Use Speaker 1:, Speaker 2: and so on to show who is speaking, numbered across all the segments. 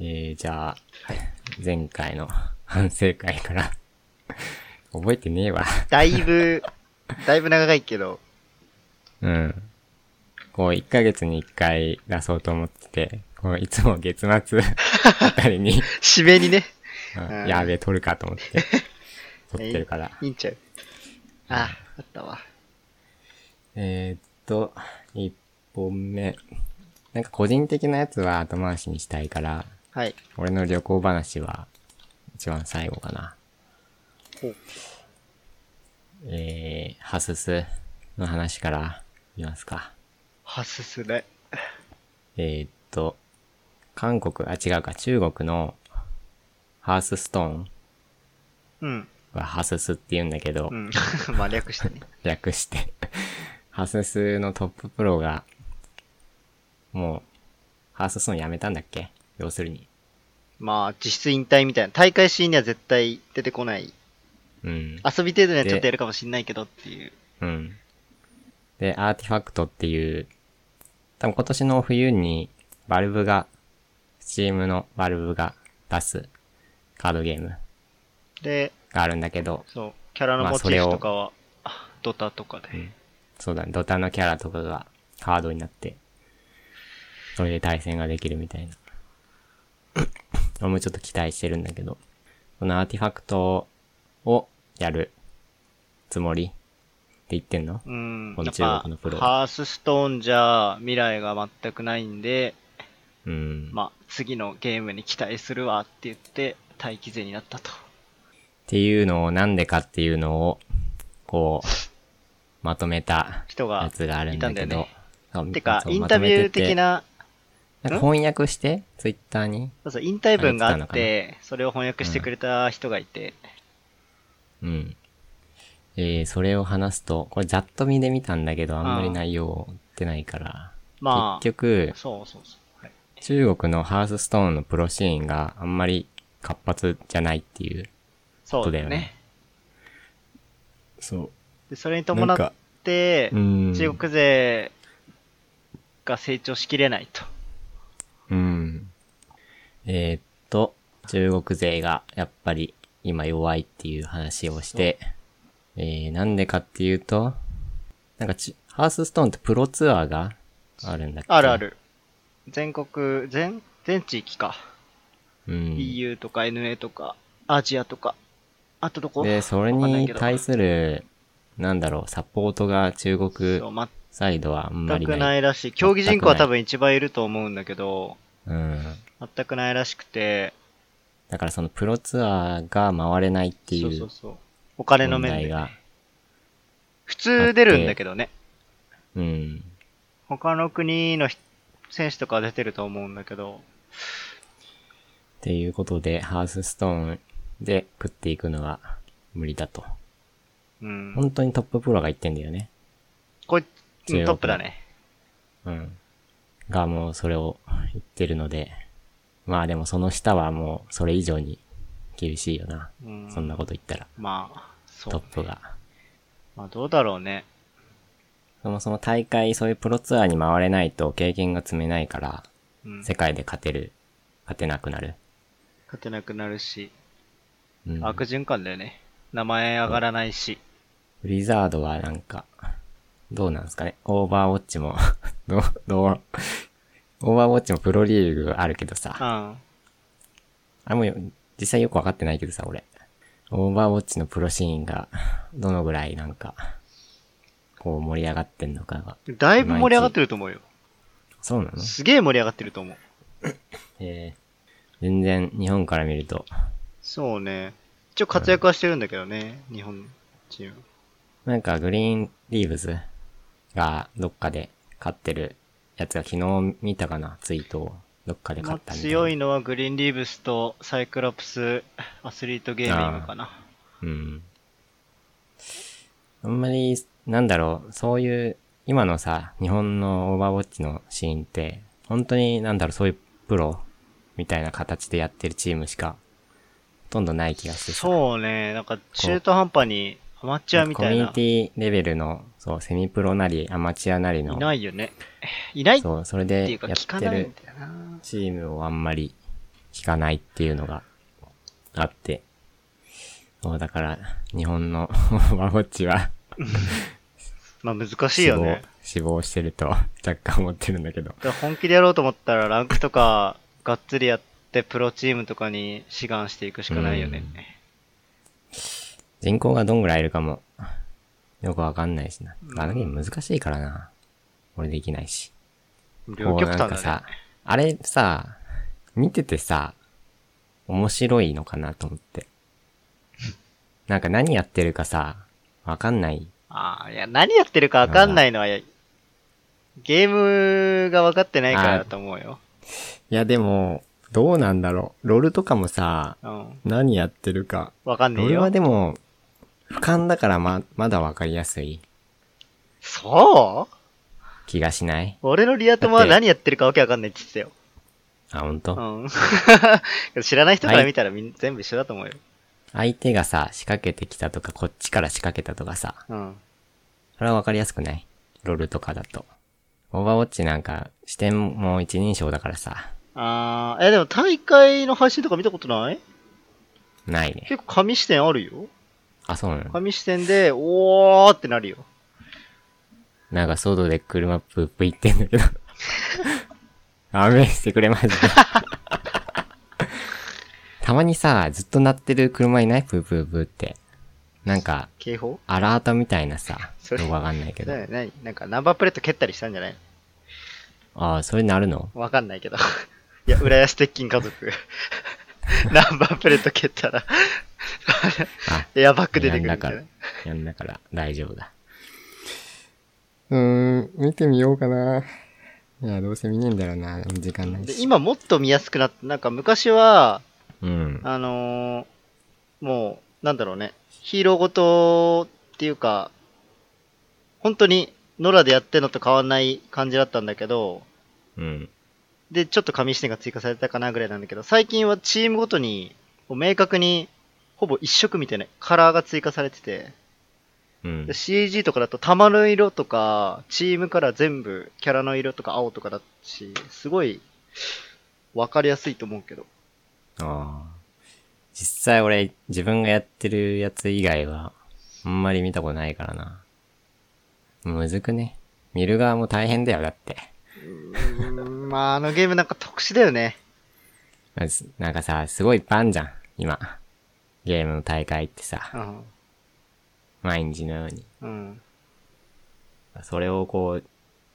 Speaker 1: えー、じゃあ、前回の 反省会から、 覚えてねえわ。
Speaker 2: だいぶ、だいぶ長いけど、
Speaker 1: うん。こう、1ヶ月に1回出そうと思ってて、こういつも月 末あたりに、
Speaker 2: 締めにね、
Speaker 1: うん
Speaker 2: うん
Speaker 1: やべえ、撮るかと 思って、撮ってるから。
Speaker 2: いいんちゃう。あ、あったわ。
Speaker 1: えー、っと、1本目。なんか個人的なやつは後回しにしたいから、
Speaker 2: はい。
Speaker 1: 俺の旅行話は一番最後かな。
Speaker 2: ほう
Speaker 1: えー、ハススの話から言いますか。
Speaker 2: はすすね。
Speaker 1: えー、っと、韓国、あ、違うか、中国のハースストーン
Speaker 2: うん。
Speaker 1: はハススって言うんだけど、
Speaker 2: うん。 まあ、略してね。
Speaker 1: 略して。 ハススのトッププロが、もう、ハースストーンやめたんだっけ要するに。
Speaker 2: まあ、実質引退みたいな。大会シーンには絶対出てこない。
Speaker 1: うん。
Speaker 2: 遊び程度には
Speaker 1: で
Speaker 2: ちょっとやるかもしんないけどっていう。
Speaker 1: うん。で、アーティファクトっていう、多分今年の冬にバルブが、スチームのバルブが出すカードゲーム
Speaker 2: で、
Speaker 1: があるんだけど、
Speaker 2: そう、キャラの
Speaker 1: まあ
Speaker 2: モチ
Speaker 1: それ
Speaker 2: ー
Speaker 1: を
Speaker 2: フとかは、あドタとかで。
Speaker 1: そうだね、ドタのキャラとかがカードになって、それで対戦ができるみたいな。 俺もちょっと期待してるんだけど、このアーティファクトをやるつもりって言ってんの
Speaker 2: うん。
Speaker 1: この
Speaker 2: やっ
Speaker 1: 中
Speaker 2: ぱ
Speaker 1: 国のプロ、
Speaker 2: ハースストーンじゃ未来が全くないんで、
Speaker 1: うん。
Speaker 2: まあ、次のゲームに期待するわって言って、待機勢になったと。
Speaker 1: っていうのをなんでかっていうのを、こう、まとめた
Speaker 2: 人が
Speaker 1: やつがあるんだけ
Speaker 2: いたんだよ
Speaker 1: ど
Speaker 2: ね。
Speaker 1: あ
Speaker 2: てか、
Speaker 1: そう
Speaker 2: インタビュー的。
Speaker 1: まとめ
Speaker 2: な、
Speaker 1: ててなんか翻訳して、ツイッターに。
Speaker 2: そうそう、引退文があっ
Speaker 1: あれ
Speaker 2: て、それを翻訳してくれた人がいて、
Speaker 1: うん。えー、それを話すと、これざっと見で見たんだけど、あんまり
Speaker 2: うん
Speaker 1: 内容を追ってないから。
Speaker 2: ま
Speaker 1: 結
Speaker 2: あ、
Speaker 1: 局、
Speaker 2: そうそうそう。はい、
Speaker 1: 中国のハースストーンのプロシーンがあんまり活発じゃないっていう。
Speaker 2: そう
Speaker 1: こ
Speaker 2: だ
Speaker 1: とだ
Speaker 2: よ
Speaker 1: よ
Speaker 2: ね
Speaker 1: ね。そ
Speaker 2: でそれに伴
Speaker 1: なんか
Speaker 2: って、
Speaker 1: うん。
Speaker 2: 中国勢が成長しきれないと。
Speaker 1: うん。えーっと、中国勢がやっぱり今弱いっていう話をして、えー、なんでかっていうと、なんかち、ハースストーンってプロツアーがあるんだっけ
Speaker 2: あるあ。る。全国、全、全地域か。
Speaker 1: うん
Speaker 2: EU とか NA とか、アジアとか。あとどこ
Speaker 1: で、それ
Speaker 2: わかんない
Speaker 1: に
Speaker 2: けど
Speaker 1: 対する、なんだろう、サポートが中国
Speaker 2: そう全
Speaker 1: サイドはあんまり
Speaker 2: く
Speaker 1: な。
Speaker 2: ないいらしい。競技人口は多分一番いると思うんだけど、
Speaker 1: うん。
Speaker 2: 全くないらしくて、
Speaker 1: だからそのプロツアーが回れないってい
Speaker 2: そうそううそう。お金の
Speaker 1: 問
Speaker 2: 面
Speaker 1: 題
Speaker 2: で。
Speaker 1: が、
Speaker 2: 普通出るんだけどね。
Speaker 1: うん。
Speaker 2: 他の国のひ選手とかは出てると思うんだけど、
Speaker 1: っていうことで、ハースストーンで食っていくのは無理だと。
Speaker 2: うん。
Speaker 1: 本当にトッププロが言ってんだよね。
Speaker 2: こいト
Speaker 1: 強い
Speaker 2: ップだね。
Speaker 1: うん。がもうそれを言ってるので。まあでもその下はもうそれ以上に厳しいよな。
Speaker 2: うん。
Speaker 1: そんなこと言ったら、
Speaker 2: まあ、そ
Speaker 1: トッ
Speaker 2: う。
Speaker 1: プが。
Speaker 2: まあどうだろうね。
Speaker 1: そもそも大会、そういうプロツアーに回れないと経験が積めないから、
Speaker 2: うん。
Speaker 1: 世
Speaker 2: 勝
Speaker 1: 界で勝てる、勝てなくなる。
Speaker 2: てなくなるし、
Speaker 1: うん。
Speaker 2: 悪循環だよね。名前上がらないし。
Speaker 1: ブリザードはなんか、どうなんですかね。オーバーウォッチも、 どう、どう、オーバーウォッチもプロリーグあるけど
Speaker 2: う
Speaker 1: さ。
Speaker 2: ん。
Speaker 1: あれもよ実際よくわかってないけどさ、俺。オーバーウォッチのプロシーンが、どのぐらいなんか、こう盛り上がってんのかが。
Speaker 2: だいぶ盛り上がってると思うよ。
Speaker 1: そうなの
Speaker 2: すげえ盛り上がってると思う。
Speaker 1: えー、全然日本から見ると、
Speaker 2: そうね。一応活躍はしてるんだけどね、日本チーム。
Speaker 1: なんかグリーンリーブズがどっかで勝ってるやつが昨日見たかな、ツイートを。どっかで
Speaker 2: ま
Speaker 1: 勝
Speaker 2: あ
Speaker 1: ったみたいな。
Speaker 2: 強いのはグリーンリーブスとサイクロプスアスリートゲーミングかな。
Speaker 1: うん。あんまり、なんだろう、そういう、今のさ、日本のオーバーウォッチのシーンって、本当になんだろう、そういうプロみたいな形でやってるチームしか、ほとんどない気がしてさ
Speaker 2: そうね、なんか中途半端にアマチュアみ
Speaker 1: コ
Speaker 2: たい
Speaker 1: ミュ
Speaker 2: な
Speaker 1: ニ。ティレベルの、そう、セミプロなり、アマチュアなりの、
Speaker 2: いないよね。いないって
Speaker 1: そう、それ
Speaker 2: い
Speaker 1: で
Speaker 2: うか
Speaker 1: や
Speaker 2: 聞
Speaker 1: っ
Speaker 2: か
Speaker 1: て
Speaker 2: ないん
Speaker 1: る
Speaker 2: だよな。
Speaker 1: チームをあんまり引かないっていうのがあって、そうだから、日本の オーバーウォッチは
Speaker 2: まあ難しい
Speaker 1: 死
Speaker 2: よ
Speaker 1: 亡、
Speaker 2: ね。
Speaker 1: 死亡してると 若干思ってるんだけど。
Speaker 2: だから本気でやろうと思ったらランクとかがっつりやってプロチームとかに志願していくしかないよね。
Speaker 1: 人口がどんぐらいいるかも、よくわかんないしな。あのゲーム難しいからな。俺できないし。
Speaker 2: 両
Speaker 1: こう
Speaker 2: 極
Speaker 1: なんか
Speaker 2: 端だ
Speaker 1: さ
Speaker 2: ね。、
Speaker 1: あれさ、見ててさ、面白いのかなと思って。なんか何やってるかさ、わかんない。
Speaker 2: ああ、いや、何やってるかわかんないのは、ゲームが分かってないからだと思うよ。
Speaker 1: いやでも、どうなんだろう。ロールとかもさ、
Speaker 2: うん。
Speaker 1: 何やってるか。
Speaker 2: 分かんね
Speaker 1: ロ
Speaker 2: え
Speaker 1: ールは
Speaker 2: よ。
Speaker 1: でも、俯瞰だからま、まだわかりやすい
Speaker 2: そう
Speaker 1: 気がしない
Speaker 2: 俺のリア友
Speaker 1: だっ
Speaker 2: は
Speaker 1: て
Speaker 2: 何やってるかわけわかんないって言って
Speaker 1: あ、ほん
Speaker 2: た
Speaker 1: と
Speaker 2: よ。うん。 知らない人から見たらみん全部一緒だと思うよ。
Speaker 1: 相手がさ、仕掛けてきたとか、こっちから仕掛けたとかさ、
Speaker 2: うん。
Speaker 1: それはわかりやすくないロールとかだと。オーバーウォッチなんか、視点も一人称だからさ、
Speaker 2: あー、え、でも大会の配信とか見たことない
Speaker 1: ないね。
Speaker 2: 結構紙視点あるよ。
Speaker 1: あ、そうなの
Speaker 2: 紙視点で、おーってなるよ。
Speaker 1: なんか、ソードで車プープー言ってんだけど。 あ、めしてくれますね。 たまにさ、ずっと鳴ってる車いないプープープーって。なんか、
Speaker 2: 警報
Speaker 1: アラートみたいなさ、
Speaker 2: そ
Speaker 1: よ
Speaker 2: れ
Speaker 1: くわかんないけど。
Speaker 2: ななになんかナンバープレート蹴ったりしたんじゃない
Speaker 1: ああ、それ鳴るの
Speaker 2: わかんないけど。いや、浦安鉄筋家族。 ナンバープレート蹴ったら、
Speaker 1: あ、
Speaker 2: エアバッグ出てくるんじ
Speaker 1: や
Speaker 2: ゃなん
Speaker 1: だ
Speaker 2: い
Speaker 1: から、やんだから大丈夫だ。うーん、見てみようかな。いや、どうせ見ねえんだろうな、時間ない
Speaker 2: で
Speaker 1: し。
Speaker 2: 今もっと見やすくなって、なんか昔は、
Speaker 1: うん。
Speaker 2: あのーもう、なんだろうね、ヒーローごとっていうか、本当に野良でやってんのと変わんない感じだったんだけど、
Speaker 1: うん。
Speaker 2: で、ちょっと紙視点が追加されたかなぐらいなんだけど、最近はチームごとに、もう明確に、ほぼ一色みたいなカラーが追加されてて、
Speaker 1: うん
Speaker 2: で。CG とかだと玉の色とか、チームから全部キャラの色とか青とかだし、すごい分かりやすいと思うけど。
Speaker 1: ああ。実際俺、自分がやってるやつ以外は、あんまり見たことないからな。むずくね。見る側も大変だよ、だって。
Speaker 2: うん、まああのゲームなんか特殊だよね。
Speaker 1: まずなんかさ、すごいパンじゃん、今。ゲームの大会ってさ、
Speaker 2: うん。
Speaker 1: 毎日のように。
Speaker 2: うん。
Speaker 1: それをこう、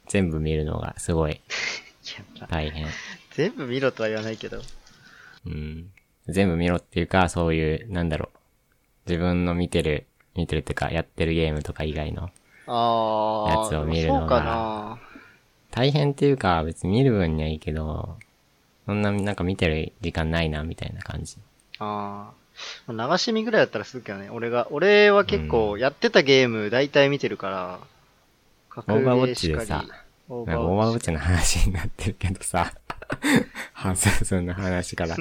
Speaker 1: 全部見るのがすごい
Speaker 2: いや、
Speaker 1: 大変。
Speaker 2: 全部見ろとは言わないけど。
Speaker 1: うん。全部見ろっていうか、そういう、なんだろう。自分の見てる、見てるっていうか、やってるゲームとか以外の。
Speaker 2: ああ、
Speaker 1: やつを見るのが
Speaker 2: そうかな。
Speaker 1: 大変っていうか、別に見る分にはいいけど、そんな、なんか見てる時間ないな、みたいな感じ。
Speaker 2: ああ。流し見ぐらいだったらするけどね。俺が、俺は結構やってたゲーム大体見てるから、
Speaker 1: オーバーウォッチでさ、
Speaker 2: オー
Speaker 1: な
Speaker 2: バ
Speaker 1: んか
Speaker 2: ーウ
Speaker 1: オーバー
Speaker 2: ォ
Speaker 1: ウォ
Speaker 2: ッ
Speaker 1: ッチの話になってるけどさ、反省するの話から。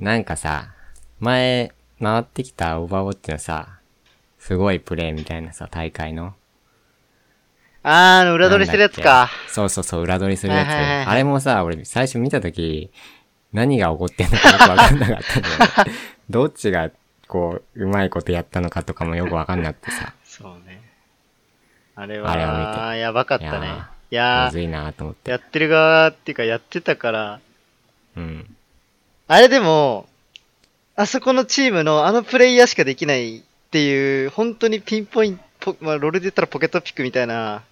Speaker 1: なんかさ、前、回ってきたオーバーウォッチのさ、すごいプレイみたいなさ、大会の。
Speaker 2: あーあの、裏取りしてるやつか。
Speaker 1: そうそうそう、裏取りするやつ。
Speaker 2: はいはいはいはい
Speaker 1: あれもさ、俺最初見たとき、何が起こってんのかよくわかんなかったんだよ ね。どっちが、こう、うまいことやったのかとかもよくわかんなくてさ、
Speaker 2: そうね。あれ
Speaker 1: あれを
Speaker 2: は、やばかった
Speaker 1: い
Speaker 2: ね
Speaker 1: や。
Speaker 2: いや
Speaker 1: むずいなと思っ
Speaker 2: ー、
Speaker 1: て。
Speaker 2: やってる側っていうか、やってたから、
Speaker 1: うん。
Speaker 2: あれでも、あそこのチームのあのプレイヤーしかできないっていう、本当にピンポイント、まあ、ロールで言ったらポケットピックみたいな、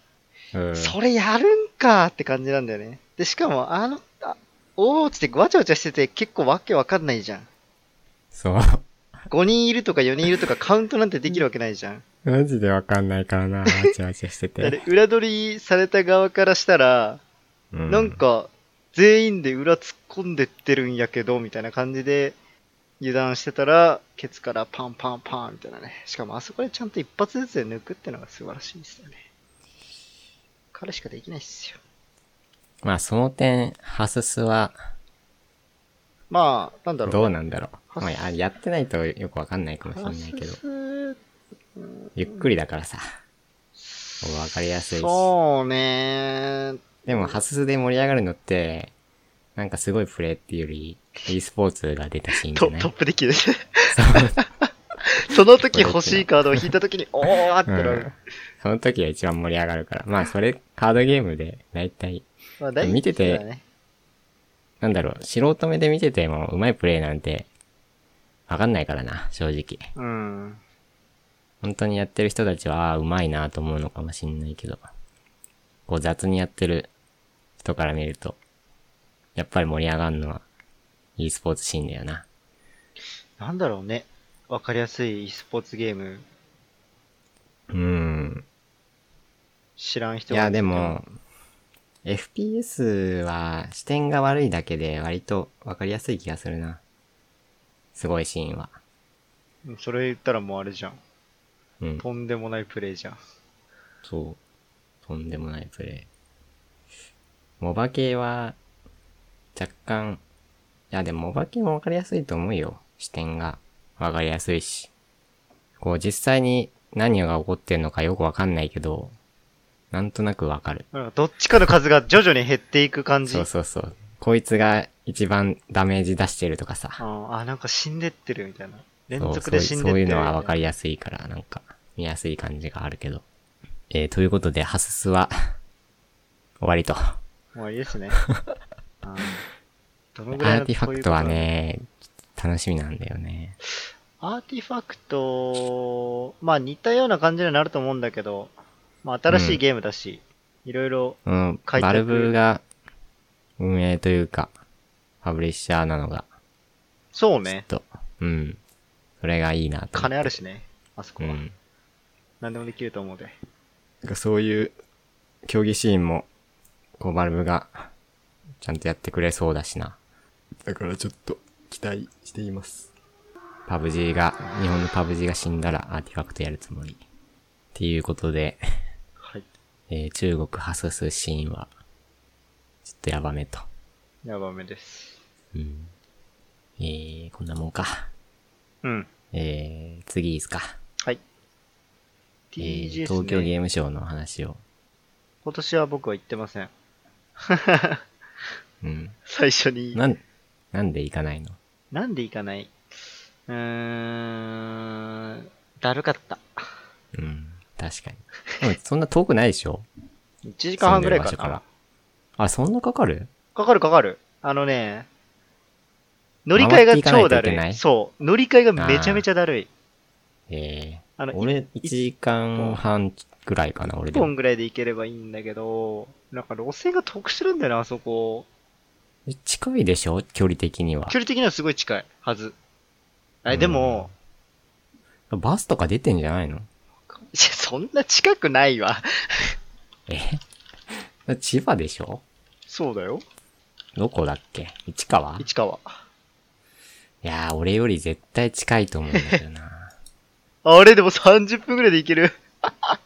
Speaker 1: うん。
Speaker 2: それやるんかって感じなんだよね。で、しかも、あの、あ大落ちてわちゃわちゃしてて結構わけわかんないじゃん。
Speaker 1: そう。
Speaker 2: 5人いるとか4人いるとかカウントなんてできるわけないじゃん。
Speaker 1: マジでわかんないからな、わちゃわちゃして
Speaker 2: だって
Speaker 1: て。
Speaker 2: 裏取りされた側からしたら、
Speaker 1: うん
Speaker 2: なん、か、全員で裏突っ込んでってるんやけど、みたいな感じで、油断してたら、ケツからパンパンパンみたいなね。しかもあそこでちゃんと一発ずつで抜くってのが素晴らしいですよね。彼しかできないっすよ。
Speaker 1: まあその点、ハススは、
Speaker 2: まあ、なんだろう。
Speaker 1: どうなんだろう。
Speaker 2: ハス
Speaker 1: まあややってないとよくわかんないかもしれ
Speaker 2: ハ
Speaker 1: ないけど
Speaker 2: ス、ス
Speaker 1: ゆっくりだからさ、わかりやすいし。
Speaker 2: そうね。
Speaker 1: でも、ハススで盛り上がるのって、なんかすごいプレーっていうより、e スポーツが出たシーンじ
Speaker 2: ト
Speaker 1: ゃない
Speaker 2: トップデッ キで。その時欲しいカードを引いた 時に、おーってな
Speaker 1: うん
Speaker 2: る。。
Speaker 1: その時が一番盛り上がるから。まあそれ、カードゲームで、だいたい、
Speaker 2: まあ大体
Speaker 1: 見てて
Speaker 2: そうだね
Speaker 1: なんだろう、素人目で見てても、うまいプレイなんて、わかんないからな、正直。
Speaker 2: うん。
Speaker 1: 本当にやってる人たちは、ああ、うまいなと思うのかもしんないけど、こう雑にやってる人から見ると、やっぱり盛り上がるのは、e スポーツシーンだよな。
Speaker 2: なんだろうね。わかりやすい e スポーツゲーム、
Speaker 1: うん。
Speaker 2: 知らん人
Speaker 1: い
Speaker 2: が
Speaker 1: や、でも、FPS は視点が悪いだけで割とわかりやすい気がするな。すごいシーンは。
Speaker 2: うん。それ言ったらもうあれじゃん。
Speaker 1: うん。
Speaker 2: とんでもないプレイじゃん。
Speaker 1: そう。とんでもないプレイ。モバ系は、若干、いやでもモバ系もわかりやすいと思うよ。視点がわかりやすいし。こう実際に何が起こってんのかよくわかんないけど、なんとなくわかる。
Speaker 2: なんかどっちかの数が徐々に減っていく感じ。
Speaker 1: そうそうそう。こいつが一番ダメージ出してるとかさ。
Speaker 2: うんあ、なんか死んでってるみたいな。連
Speaker 1: そう
Speaker 2: 続で死んでって
Speaker 1: そうそ
Speaker 2: る
Speaker 1: ういう
Speaker 2: みた
Speaker 1: の
Speaker 2: な
Speaker 1: は分かりやすいから、なんか、見やすい感じがあるけど。えー、ということで、ハススは、 終わりと。ア
Speaker 2: もうい いですね。うんどのぐらい
Speaker 1: ー
Speaker 2: の
Speaker 1: ティファクトは。ね、楽しみなんだよね。
Speaker 2: アーティファクト、まあ似たような感じになると思うんだけど、まあ新しいゲームだし、いろいろ、
Speaker 1: うん、
Speaker 2: 開拓
Speaker 1: バルブが、運営というか、ファブリッシャーなのが、ち
Speaker 2: そう
Speaker 1: ょっ
Speaker 2: ね、
Speaker 1: と、うん。それがいいなと。
Speaker 2: 金あるしね、あそうこは。
Speaker 1: ん。
Speaker 2: 何でもできると思うで。
Speaker 1: なんかそういう、競技シーンも、こう、バルブが、ちゃんとやってくれそうだしな。だからちょっと、期待しています。パブ G が、日本のパブ G が死んだらアーティファクトやるつもり。っていうことで、
Speaker 2: はい。
Speaker 1: えー中国ハススシーンは、ちょっとやばめと。
Speaker 2: やばめです。
Speaker 1: うん。えー、こんなもんか。
Speaker 2: うん。
Speaker 1: えー、次いいっすか。
Speaker 2: はい。
Speaker 1: え
Speaker 2: TGS、ね
Speaker 1: ー、東京ゲームショウの話を。
Speaker 2: 今年は僕は行ってません。
Speaker 1: うん。
Speaker 2: 最初に。
Speaker 1: なん、なんで行かないの
Speaker 2: なんで行かないうーん、だるかった。
Speaker 1: うん。確かに。でもそんな遠くないでしょ
Speaker 2: 1時間半ぐらいか
Speaker 1: 住んでる場所か
Speaker 2: な。
Speaker 1: らあ、そんなかかる
Speaker 2: かかるかかる。あのね、乗り換えが超だ
Speaker 1: 回っていかないといけな
Speaker 2: るい。
Speaker 1: い
Speaker 2: そう。乗り換えがめちゃめちゃだるい。
Speaker 1: え
Speaker 2: あ
Speaker 1: え
Speaker 2: の、
Speaker 1: 俺、1時間半ぐらいかな、俺
Speaker 2: 1
Speaker 1: でも
Speaker 2: 本。ぐらいで行ければいいんだけど、なんか路線が得してるんだよな、あそこ。
Speaker 1: 近いでしょ距離的には
Speaker 2: 距。離的にはすごい近いはず。
Speaker 1: う
Speaker 2: え、
Speaker 1: ん
Speaker 2: でも、
Speaker 1: バスとか出てんじゃないの
Speaker 2: いやそんな近くないわ。
Speaker 1: え千葉でしょ
Speaker 2: そうだよ。
Speaker 1: どこだっけ市川い
Speaker 2: 市川。
Speaker 1: やー、俺より絶対近いと思うんだけ どな。
Speaker 2: あれでも30分ぐらいで行ける。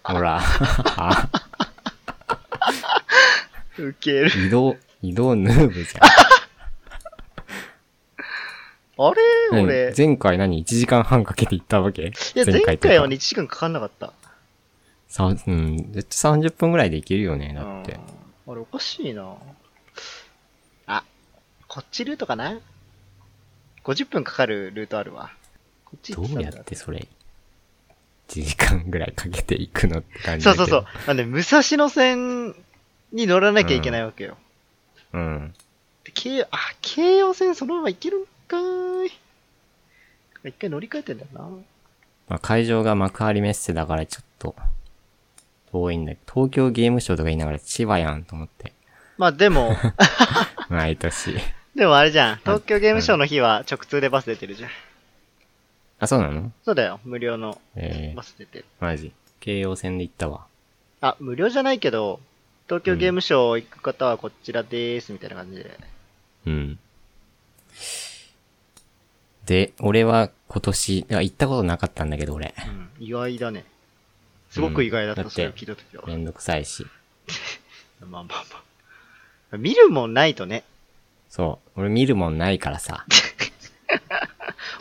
Speaker 1: ほら、
Speaker 2: ウケる。
Speaker 1: 移動、移動ヌーブじ ゃ
Speaker 2: あれ
Speaker 1: ん。
Speaker 2: 俺
Speaker 1: 何。前回何 ?1 時間半かけて行ったわけ
Speaker 2: いや、前回は
Speaker 1: ね
Speaker 2: 1時間かかんなかった。
Speaker 1: さうん、絶対30分ぐらいで行けるよね、だって。
Speaker 2: うんあれ、おかしいなあ、こっちルートかな ?50 分かかるルートあるわ。こっち
Speaker 1: ど
Speaker 2: 行ってた
Speaker 1: うんや
Speaker 2: だ
Speaker 1: ってそれ、1時間ぐらいかけていくのって感じ
Speaker 2: そ
Speaker 1: だ
Speaker 2: う
Speaker 1: けど。
Speaker 2: そうそう。なんで、武蔵野線に乗らなきゃいけないわけよ。
Speaker 1: う。うん。
Speaker 2: で京あ、京葉線そのまま行けるんかーい。一回乗り換えてんだよな。
Speaker 1: まあ、会場が幕張メッセだからちょっと、遠いんだけど、東京ゲームショウとか言いながら千葉やんと思 って、
Speaker 2: まあでも、
Speaker 1: 毎年。
Speaker 2: でもあれじゃん。東京ゲームショウの日は直通でバス出てるじゃん。
Speaker 1: あ、そうなの
Speaker 2: そうだよ。無料の
Speaker 1: えー
Speaker 2: バ、ス出てる。
Speaker 1: マジ。京葉線で行ったわ。
Speaker 2: あ、無料じゃないけど、東京ゲームショウ行く方はこちらでーす、みたいな感じで。
Speaker 1: うん。で、俺は今年、あ行ったことなかったんだけど俺、
Speaker 2: うん、意外だね。すごく意外だった、
Speaker 1: うん
Speaker 2: それを聞いたときは。
Speaker 1: めんどくさいし。
Speaker 2: まあまあまあ。見るもんないとね。
Speaker 1: そう。俺見るもんないから さ。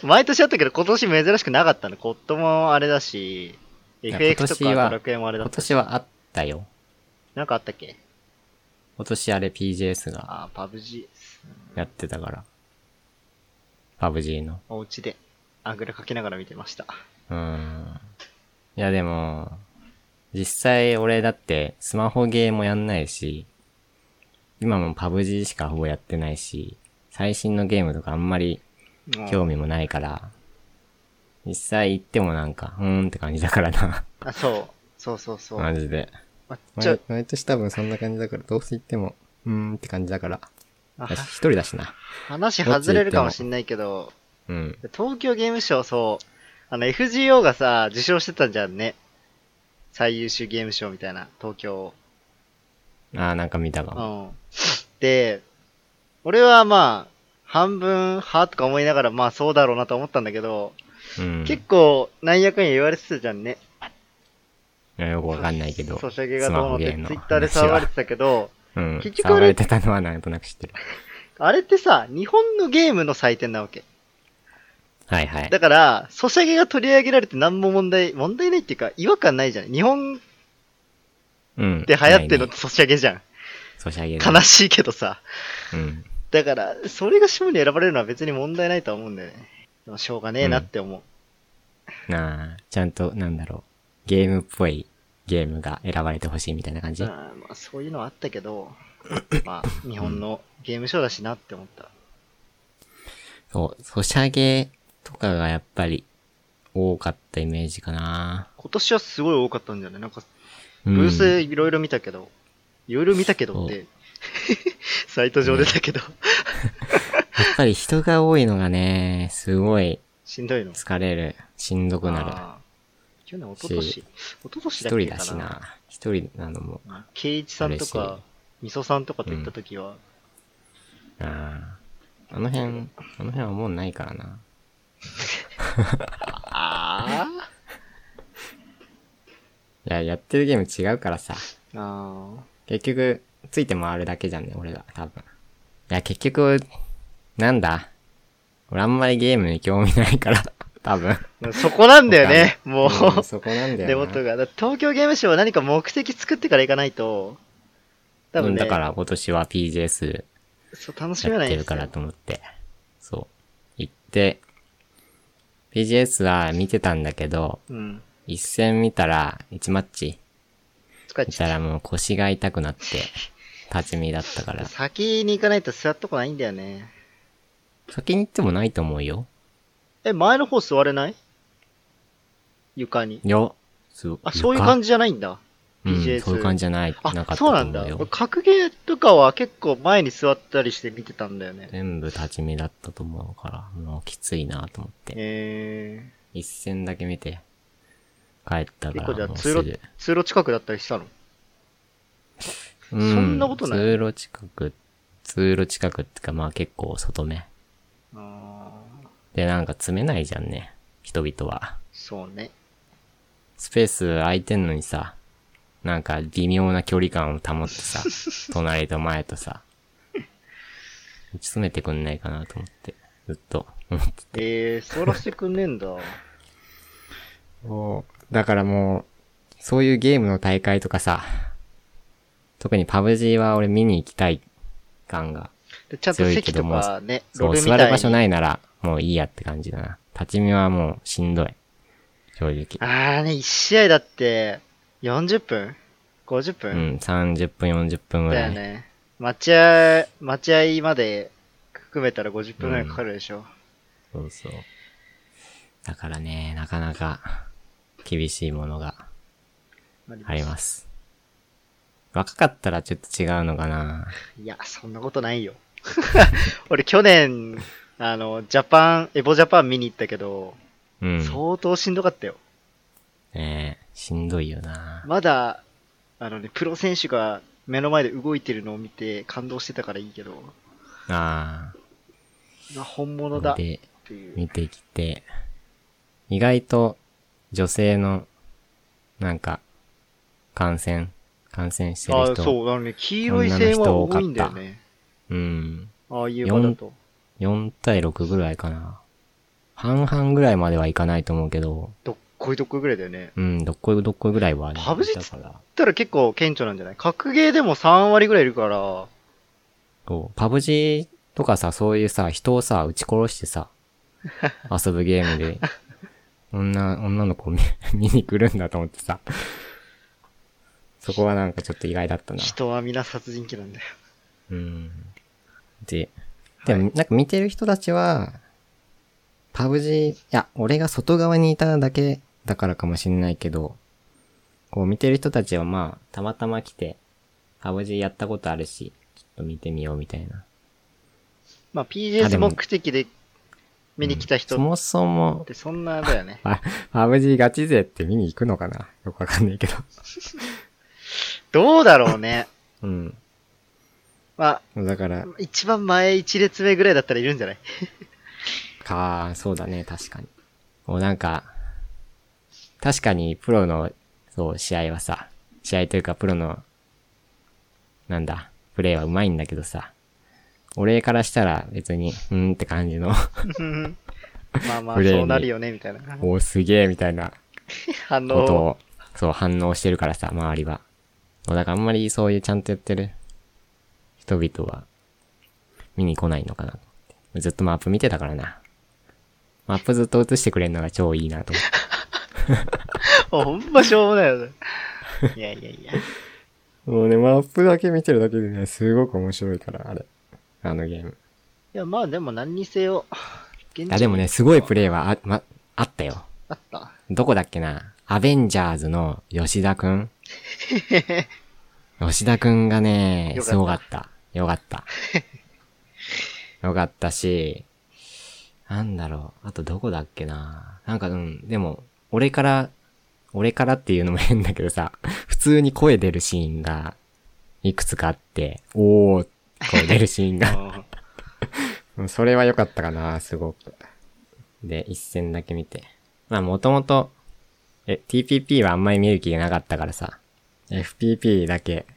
Speaker 2: 毎年あったけど、今年珍しくなかったの。コットもあれだし、
Speaker 1: いや
Speaker 2: FX と
Speaker 1: 今年
Speaker 2: か
Speaker 1: は
Speaker 2: ドラクエもあれだ
Speaker 1: 今
Speaker 2: った。
Speaker 1: 年はあったよ。
Speaker 2: なんかあったっけ
Speaker 1: 今年あれ PJS が
Speaker 2: ああ、パブ G。
Speaker 1: やってたから。パブ G の。
Speaker 2: お家で、あぐらかきながら見てました。
Speaker 1: うん。いやでも、実際俺だってスマホゲーもやんないし、今もパブ G しかほぼやってないし、最新のゲームとかあんまり興味
Speaker 2: 味。
Speaker 1: もないから、実際行ってもなんか、うーんって感じだからな。
Speaker 2: あ、そう。そうそうそう。
Speaker 1: マジで。
Speaker 2: まあちょ
Speaker 1: 毎、毎年多分そんな感じだから、どうせ行っても、うーんって感じだから。
Speaker 2: あ
Speaker 1: だし一人だしな。
Speaker 2: 話外れるかもしんないけど、
Speaker 1: うん。
Speaker 2: 東京ゲームショウ、そう。あの、FGO がさ、受賞してたじゃんね。最優秀ゲームショウみたいな、東京を。
Speaker 1: ああ、なんか見たか
Speaker 2: う
Speaker 1: も。
Speaker 2: ん。で、俺はまあ、半分、はとか思いながら、まあそうだろうなと思ったんだけど、
Speaker 1: うん。
Speaker 2: 結構、なんやかんや言われてたじゃんね。
Speaker 1: いやよくわかんないけど。
Speaker 2: ソシャゲがどうのって、
Speaker 1: スマホゲーの
Speaker 2: ツイッターで騒がれてたけど、
Speaker 1: うん。
Speaker 2: 結局あ
Speaker 1: 騒
Speaker 2: れ
Speaker 1: がれてたのはなんとなく知ってる。
Speaker 2: あれってさ、日本のゲームの祭典なわけ。
Speaker 1: はいはい。
Speaker 2: だから、ソシャゲが取り上げられて何も問題、問題ないっていうか、違和感ないじゃん。日本
Speaker 1: うん。
Speaker 2: で流行ってるのっ
Speaker 1: ない
Speaker 2: て
Speaker 1: ね
Speaker 2: ソシャゲじゃん。
Speaker 1: ソシャゲだ
Speaker 2: 悲しいけどさ。
Speaker 1: うん。
Speaker 2: だから、それが主に選ばれるのは別に問題ないとは思うんだよね。でもしょうがねえなって思う。
Speaker 1: なあ、ちゃんと、なんだろう。ゲームっぽいゲームが選ばれてほしいみたいな感じ。
Speaker 2: まあまあ、そういうのはあったけど、まあ、日本のゲームショーだしなって思った。
Speaker 1: そう、ソシャゲとかがやっぱり多かったイメージかな。
Speaker 2: 今年はすごい多かったんじゃないなんか、
Speaker 1: う
Speaker 2: ブ
Speaker 1: ん
Speaker 2: ースいろいろ見たけど、いろいろ見たけどって、 サイト上でだけど、
Speaker 1: やっぱり人が多いのがね、すごい
Speaker 2: しんどいの。
Speaker 1: 疲れる、しんどくな
Speaker 2: あー去年、一昨年
Speaker 1: し
Speaker 2: 一昨年
Speaker 1: る。
Speaker 2: だ
Speaker 1: 一
Speaker 2: っけ
Speaker 1: 人
Speaker 2: か
Speaker 1: だしな。一人なのも、
Speaker 2: な。ケイイチさんと
Speaker 1: あ
Speaker 2: か
Speaker 1: れし、
Speaker 2: みそさんとかと行った時は、
Speaker 1: あああの辺、あの辺はもうないからな。
Speaker 2: あ
Speaker 1: いや、やってるゲーム違うからさ。
Speaker 2: ーあ
Speaker 1: 結局、ついて回るだけじゃんね、俺ら、多分。いや、結局、なんだ。俺あんまりゲームに興味ないから、 多分。
Speaker 2: ー。そこなんだよね、も
Speaker 1: うん
Speaker 2: う。
Speaker 1: そこなんだよな。
Speaker 2: 根元が。だって東京ゲームショウは何か目的作ってから行かないと、多分
Speaker 1: うん
Speaker 2: ね、
Speaker 1: だから今年は PJS
Speaker 2: そう楽しめ
Speaker 1: や
Speaker 2: な
Speaker 1: っ
Speaker 2: い
Speaker 1: て
Speaker 2: んで
Speaker 1: る
Speaker 2: す
Speaker 1: か
Speaker 2: よ
Speaker 1: らと思って。そう。行って、PJS は見てたんだけど、
Speaker 2: うん。
Speaker 1: 一戦見たら、一マッチ
Speaker 2: 疲れ
Speaker 1: 見
Speaker 2: ち
Speaker 1: た
Speaker 2: ゃ
Speaker 1: らもう腰が痛くなって、立ち見だったか
Speaker 2: う。
Speaker 1: ら。
Speaker 2: 先に行かないと座っとこないんだよね。
Speaker 1: 先に行ってもないと思うよ。
Speaker 2: え、前の方座れない床に。
Speaker 1: よ。そう
Speaker 2: あ、そういう感
Speaker 1: じ
Speaker 2: じじゃないんだ。
Speaker 1: うん、
Speaker 2: PJS
Speaker 1: そういう感じじゃない、なかった
Speaker 2: あ、
Speaker 1: と思
Speaker 2: そう
Speaker 1: う
Speaker 2: なんだ。俺
Speaker 1: よ。
Speaker 2: 格ゲーとかは結構前に座ったりして見てたんだよね。
Speaker 1: 全部立ち見だったと思うから、もうきついなと思って。
Speaker 2: え
Speaker 1: 一戦だけ見て、帰ったか
Speaker 2: ー、結構じ
Speaker 1: ら
Speaker 2: ゃあ
Speaker 1: もう
Speaker 2: 通
Speaker 1: す
Speaker 2: 路
Speaker 1: ぐ。、
Speaker 2: 通路近くだったりしたの
Speaker 1: そ
Speaker 2: んなことない
Speaker 1: 通路近く、通路近くってかまあ結構外目。
Speaker 2: あー
Speaker 1: で、なんか詰めないじゃんね。人々は。
Speaker 2: そうね。
Speaker 1: スペース空いてんのにさ、なんか微妙な距離感を保って さ、隣と前とさ、打ち詰めてくんないかなと思って、ずっと思って
Speaker 2: えー、座らせてくんねえんだ。
Speaker 1: だからもう、そういうゲームの大会とかさ、特にパブ G は俺見に行きたい感が。
Speaker 2: でちゃんと
Speaker 1: 強いけ
Speaker 2: 席
Speaker 1: ど
Speaker 2: と
Speaker 1: も
Speaker 2: かね、
Speaker 1: そう、
Speaker 2: み
Speaker 1: 座る場所
Speaker 2: い
Speaker 1: ないなら、もういいやって感じだな。立ち見はもうしんどい。正
Speaker 2: に。
Speaker 1: 直。
Speaker 2: あーね、1試合だって、40分 ?50 分、
Speaker 1: うん、30分、40分ぐ
Speaker 2: だ
Speaker 1: ら
Speaker 2: よ
Speaker 1: い。
Speaker 2: ね。待合、待合まで含めたら50分ぐらいかかるでしょ。
Speaker 1: そうそう。だからね、なかなか、厳しいものがあります。若かったらちょっと違うのかな。
Speaker 2: いや、そんなことないよ。 俺去年、あの、ジャパン、エボジャパン見に行ったけど、
Speaker 1: うん。
Speaker 2: 相当しんどかったよ。
Speaker 1: ねえしんどいよな。
Speaker 2: まだ、あのね、プロ選手が目の前で動いてるのを見て感動してたからいいけど、
Speaker 1: あ
Speaker 2: うわ本物だ
Speaker 1: あ。
Speaker 2: っ
Speaker 1: で、
Speaker 2: ていう。
Speaker 1: 見てきて、意外と女性の、なんか、感染、感染して
Speaker 2: あ
Speaker 1: る
Speaker 2: あ、
Speaker 1: 人。
Speaker 2: そう、あのね、黄色い線は多いんだよね。
Speaker 1: うん。
Speaker 2: ああいう場だと。
Speaker 1: 4対6ぐらいかな。半々ぐらいまではいかないと思うけど、
Speaker 2: どっこいどっこいぐらいだよね。
Speaker 1: うん、どっこいどっこいぐらいは、
Speaker 2: パブジ
Speaker 1: だから。
Speaker 2: だったら結構顕著なんじゃない格ゲーでも3割ぐらいいるから、
Speaker 1: そう、パブジとかさ、そういうさ、人をさ、撃ち殺して さ、遊ぶゲームで、女、女の子を見 見に来るんだと思ってさ、そこはなんかちょっと意外だったな。
Speaker 2: 人は皆殺人鬼なんだよ。
Speaker 1: うん。で、でも、なんか見てる人たちは、パブ G、いや、俺が外側にいただけだからかもしんないけど、こう見てる人たちはまあ、たまたま来て、パブ G やったことあるし、ちょっと見てみようみたいな。
Speaker 2: まあ
Speaker 1: あで
Speaker 2: PJS
Speaker 1: も
Speaker 2: 目的で見に来た人
Speaker 1: そ
Speaker 2: っ
Speaker 1: もそも、
Speaker 2: てそんなだよね。
Speaker 1: パパブ G ガチ勢って見に行くのかなよくわかんないけど。
Speaker 2: どうだろうね。
Speaker 1: うん。
Speaker 2: ま
Speaker 1: だから
Speaker 2: あ、、一番前一列目ぐらいだったらいるんじゃない
Speaker 1: か、そうだね、確かに。もうなんか、確かにプロの、そう、試合はさ、試合というかプロの、なんだ、プレイは上手いんだけどさ、俺からしたら別に、うーんって感じの、
Speaker 2: まあまあ、
Speaker 1: プレイに
Speaker 2: そうなるよね、みたいな。
Speaker 1: おーすげえみたいな
Speaker 2: 反
Speaker 1: こと
Speaker 2: 応を。
Speaker 1: を、そう、反応してるからさ、周りは。そうだからあんまりそういうちゃんとやってる人々は、見に来ないのかなと思って。ずっとマップ見てたからな。マップずっと映してくれるのが超いいなと思って。
Speaker 2: もうほんましょうもないよね。いやいやいや。
Speaker 1: もうね、マップだけ見てるだけでね、すごく面白いから、あれ。あのゲーム。
Speaker 2: いや、まあでも何にせよ。現
Speaker 1: いや、でもね、すごいプレイはあ、ま、あったよ。
Speaker 2: あった。
Speaker 1: どこだっけなアベンジャーズの吉田く ん吉田くんがね、
Speaker 2: よかった
Speaker 1: すごかった。よかった。よかったし、なんだろう。あとどこだっけななんかうん、でも、俺から、俺からっていうのも変だけどさ、普通に声出るシーンが、いくつかあって、おー、声出るシーンが。うんそれは良かったかな、すごく。で、一戦だけ見て。まあ、もともと、え、TPP はあんまり見る気がなかったからさ、FPP だけ、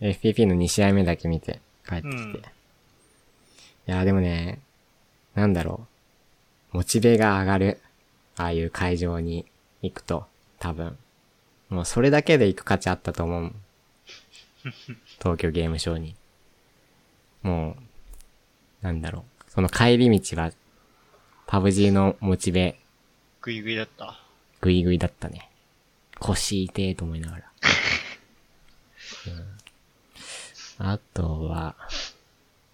Speaker 1: FPP の2試合目だけ見て、帰ってきて。
Speaker 2: うん
Speaker 1: いや、でもね、なんだろう。モチベが上がる。ああいう会場に行くと、多分。もうそれだけで行く価値あったと思 う。東京ゲームショウに。もう、なんだろう。その帰り道は、パブ G のモチベ、
Speaker 2: グイグイだった。
Speaker 1: ぐいぐいだったね。腰痛えと思いながら。うん、あとは、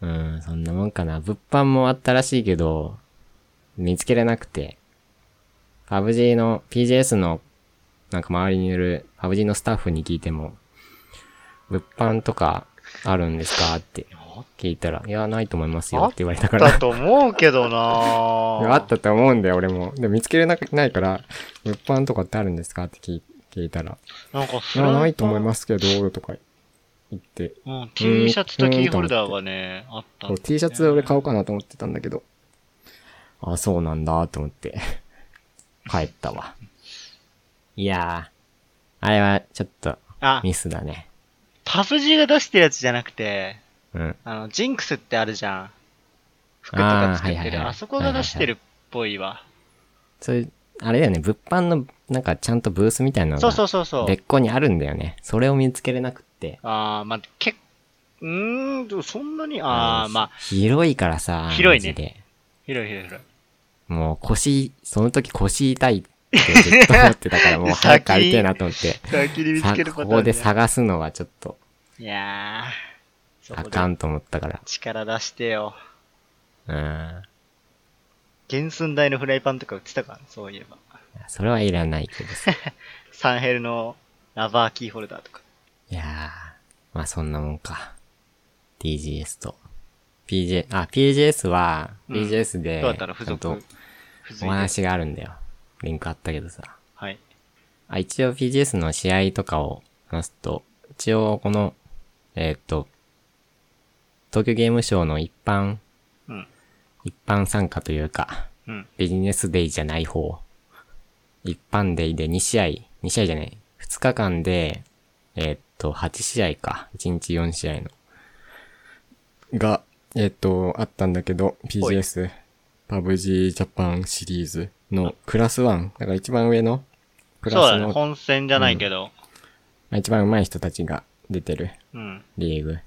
Speaker 1: うん、そんなもんかな。物販もあったらしいけど、見つけれなくて。パブ G の、PJS の、なんか周りにいる、パブ G のスタッフに聞いても、物販とかあるんですかって聞いたら、いや、ないと思いますよって言われたから。
Speaker 2: だと思うけどな
Speaker 1: で
Speaker 2: ぁ
Speaker 1: もあったと思うんだよ、俺も。で、見つけれなくないから、物販とかってあるんですかって聞い聞いたら、
Speaker 2: なんかフ
Speaker 1: いや、
Speaker 2: ライパン
Speaker 1: ないと思いますけど、とか言って、
Speaker 2: うん、T シャツとキーホルダーがね、あったんだよね、
Speaker 1: そう T シャツ俺買おうかなと思ってたんだけど、あ、そうなんだ、と思って、 帰ったわ。いやー、あれはちょっと
Speaker 2: あ、
Speaker 1: ミスだね。
Speaker 2: パブ G が出してるやつじゃなくて、
Speaker 1: うん。
Speaker 2: あの、ジンクスってあるじゃん。服とか作ってる。
Speaker 1: あー
Speaker 2: あ,、
Speaker 1: はいはいはい
Speaker 2: そこが出してるっぽいわ。
Speaker 1: それ、あれだよね、物販の、なんかちゃんとブースみたいなの
Speaker 2: そうそう
Speaker 1: が、
Speaker 2: そうそう。
Speaker 1: 別個にあるんだよね。それを見つけれなくって。
Speaker 2: あー、まあ、けうーん、でもそんなに、あ
Speaker 1: の
Speaker 2: ー、まあ、
Speaker 1: 広いからさ、
Speaker 2: 広いね
Speaker 1: マジで
Speaker 2: 広い広い広い。
Speaker 1: もう腰、その時腰痛いってずっと思ってたから、もう早く帰りたいなと思って。
Speaker 2: 先に見つ
Speaker 1: さ
Speaker 2: けるパター
Speaker 1: こ
Speaker 2: ン、ね、
Speaker 1: こで探すのはちょっと、
Speaker 2: いやー、そ
Speaker 1: あ
Speaker 2: こ
Speaker 1: か
Speaker 2: で
Speaker 1: んと思った か
Speaker 2: 力出してよ。
Speaker 1: ら。
Speaker 2: 原寸大のフライパンとか売ってたから、そういえば。
Speaker 1: うん。それはいらないけどさ。
Speaker 2: サンヘルのラバーキーホルダーとか。
Speaker 1: いやー、まあそんなもんか。TGS と。PJ、あ、PJS は、
Speaker 2: うん
Speaker 1: PJS で、
Speaker 2: どうだったら付
Speaker 1: ちゃん
Speaker 2: 属
Speaker 1: と。
Speaker 2: 付
Speaker 1: お
Speaker 2: 随で。
Speaker 1: 話があるんだよ。リンクあったけどさ。
Speaker 2: はい。
Speaker 1: あ、一応 PGS の試合とかを話すと、一応この、えーっと、東京ゲームショウの一般、
Speaker 2: うん。
Speaker 1: 一般参加というか、
Speaker 2: うん。
Speaker 1: ビジネスデイじゃない方。一般デイで2試合、2試合じゃない、2日間で、えーっと、8試合か。1日4試合の。が、えーっと、あったんだけど、PGS、パブ G ジャパンシリーズのクラス1、だから一番上の、ク
Speaker 2: そう
Speaker 1: ラ
Speaker 2: だ
Speaker 1: ス
Speaker 2: ね。
Speaker 1: の
Speaker 2: 本戦じゃないけど。
Speaker 1: まあ一番上手い人たちが出てる
Speaker 2: うん。
Speaker 1: リーグ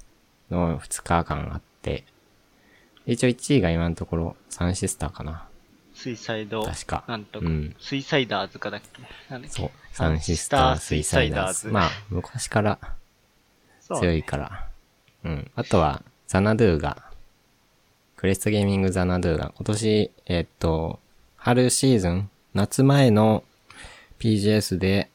Speaker 1: の2日間あって、一応1位が今のところ、サンシスターかな。
Speaker 2: 水サイド、
Speaker 1: 確か。
Speaker 2: なんとか、
Speaker 1: うん。
Speaker 2: 水サイダーズかだっけなんだっけ
Speaker 1: そう。サンシスター、スイサイダーズ。まあ、昔から
Speaker 2: そう
Speaker 1: 強いから。うん。あとは、ザナドゥが、クレストゲーミングザナドゥが、今年、えっと、春シーズン、夏前の PGS で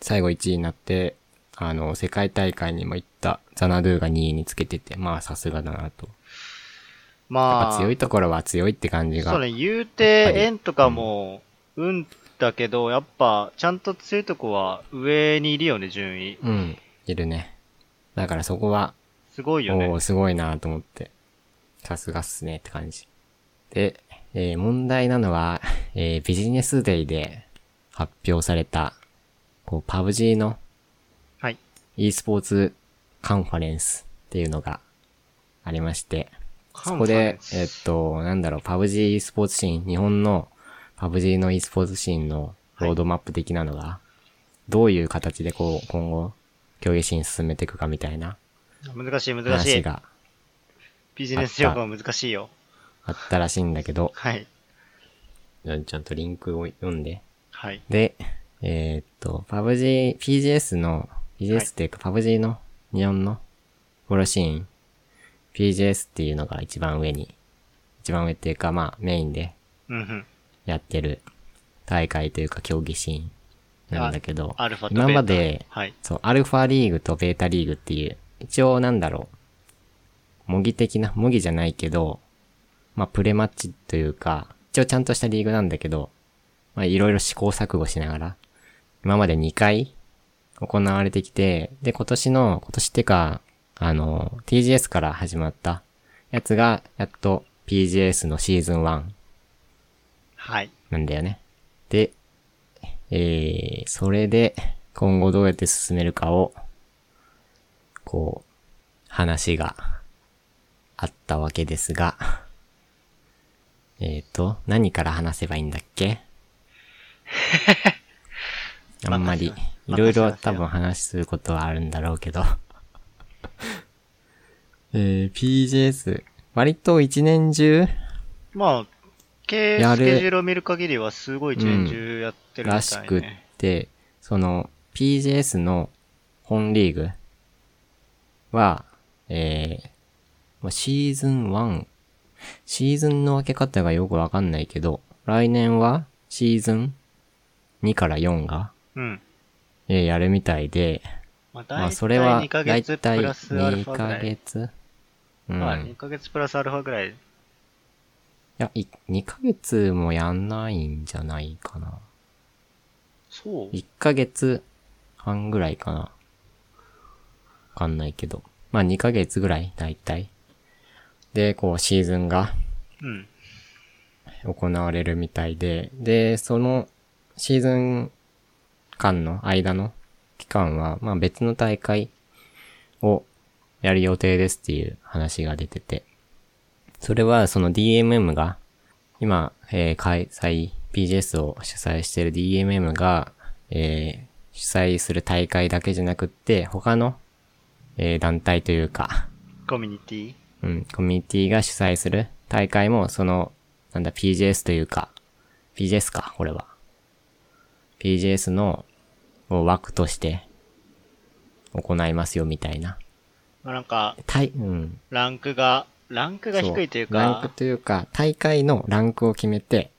Speaker 1: 最後1位になって、あの、世界大会にも行ったザナドゥが2位につけてて、まあさすがだなと。やっ
Speaker 2: ま
Speaker 1: ぱ
Speaker 2: あ、
Speaker 1: 強いところは強いって感じが。
Speaker 2: そうね、言う
Speaker 1: やってぱ、り
Speaker 2: 円とかも、運だけど、やっぱ、ちゃんと強いとこは上にいるよね、順位。
Speaker 1: うん。いるね。だからそこは、
Speaker 2: すごいよ
Speaker 1: お
Speaker 2: ね
Speaker 1: ー。すごいなと思って。さすがっすねって感じ。で、えー問題なのは、 えービジネスデイで発表された、こう、パブ G の
Speaker 2: はい。
Speaker 1: e スポーツカンファレンスっていうのがありまして、そこで、えっと、なんだろう、パブ G e スポーツシーン、日本のパブ G の e スポーツシーンのロードマップ的なのが、どういう形でこう、今後、競技シーン進めていくかみたいな
Speaker 2: 難しい、難し
Speaker 1: 話
Speaker 2: い。
Speaker 1: が
Speaker 2: ビジネス用語は難しいよ。
Speaker 1: あったらしいんだけど、
Speaker 2: はい。
Speaker 1: じゃあちゃんとリンクを読んで。
Speaker 2: はい。
Speaker 1: で、えーっと、パブ G、PGS の、PGS っていうか、パブ G の日本のフォローシーン、PGS っていうのが一番上に、一番上っていうか、まあメインで
Speaker 2: うんうん。
Speaker 1: やってる大会というか競技シーンなんだけど、
Speaker 2: アルファとベー
Speaker 1: 今
Speaker 2: タ
Speaker 1: まで、
Speaker 2: はい。
Speaker 1: そう、アルファリーグとベータリーグっていう、一応なんだろう、模擬的な、模擬じゃないけど、まあプレマッチというか、一応ちゃんとしたリーグなんだけど、まあいろいろ試行錯誤しながら、今まで2回行われてきて、で今年の、今年ってか、あの、TGS から始まったやつが、やっと PGS のシーズン1
Speaker 2: はい。
Speaker 1: なんだよね。で、えー、それで、今後どうやって進めるかを、こう、話があったわけですが、えーと、何から話せばいいんだっけあんまり
Speaker 2: 任せます、
Speaker 1: いろいろ
Speaker 2: 任せ
Speaker 1: 多
Speaker 2: ますよ
Speaker 1: 分話することはあるんだろうけど。 えー、PJS。割と一年中
Speaker 2: まあ、け
Speaker 1: や
Speaker 2: ス
Speaker 1: る
Speaker 2: ケジュールを見る限りはすごい一年中やってるみたいね。
Speaker 1: らしくって、その PJS の本リーグは、えーまあ、シーズン1、シーズンの分け方がよくわかんないけど、来年はシーズン2から4が、
Speaker 2: うん。
Speaker 1: えーやるみたいで、
Speaker 2: ま
Speaker 1: ま
Speaker 2: あ、大
Speaker 1: あ
Speaker 2: 体
Speaker 1: それは
Speaker 2: 2ヶ
Speaker 1: だい
Speaker 2: 月
Speaker 1: たい
Speaker 2: プラスアル
Speaker 1: 2
Speaker 2: ファぐら
Speaker 1: ヶ
Speaker 2: い。
Speaker 1: 月う
Speaker 2: まあ、
Speaker 1: ん。
Speaker 2: 2ヶ月プラスアルファぐらい。
Speaker 1: いや、い2ヶ月もやんないんじゃないかな。
Speaker 2: そう
Speaker 1: 1ヶ月半ぐらいかな。わかんないけど。まあ2ヶ月ぐらい、だいたい。で、こうシーズンが
Speaker 2: うん。
Speaker 1: 行われるみたいで、で、そのシーズン間の間の期間は、まあ別の大会をやる予定ですっていう話が出てて、それはその DMM が、今、えー開催、PGS を主催している DMM が、えー主催する大会だけじゃなくって、他の、えー団体というか、
Speaker 2: コミュニティ
Speaker 1: うん、コミュニティが主催する大会も、その、なんだ、PJS というか、PJS か、これは。PJS のを枠として行いますよ、みたいな。
Speaker 2: まあ、なんか、
Speaker 1: たい、うん。
Speaker 2: ランクが、ランクが低いという
Speaker 1: そランク
Speaker 2: か、
Speaker 1: というか、大会のランクを決めて、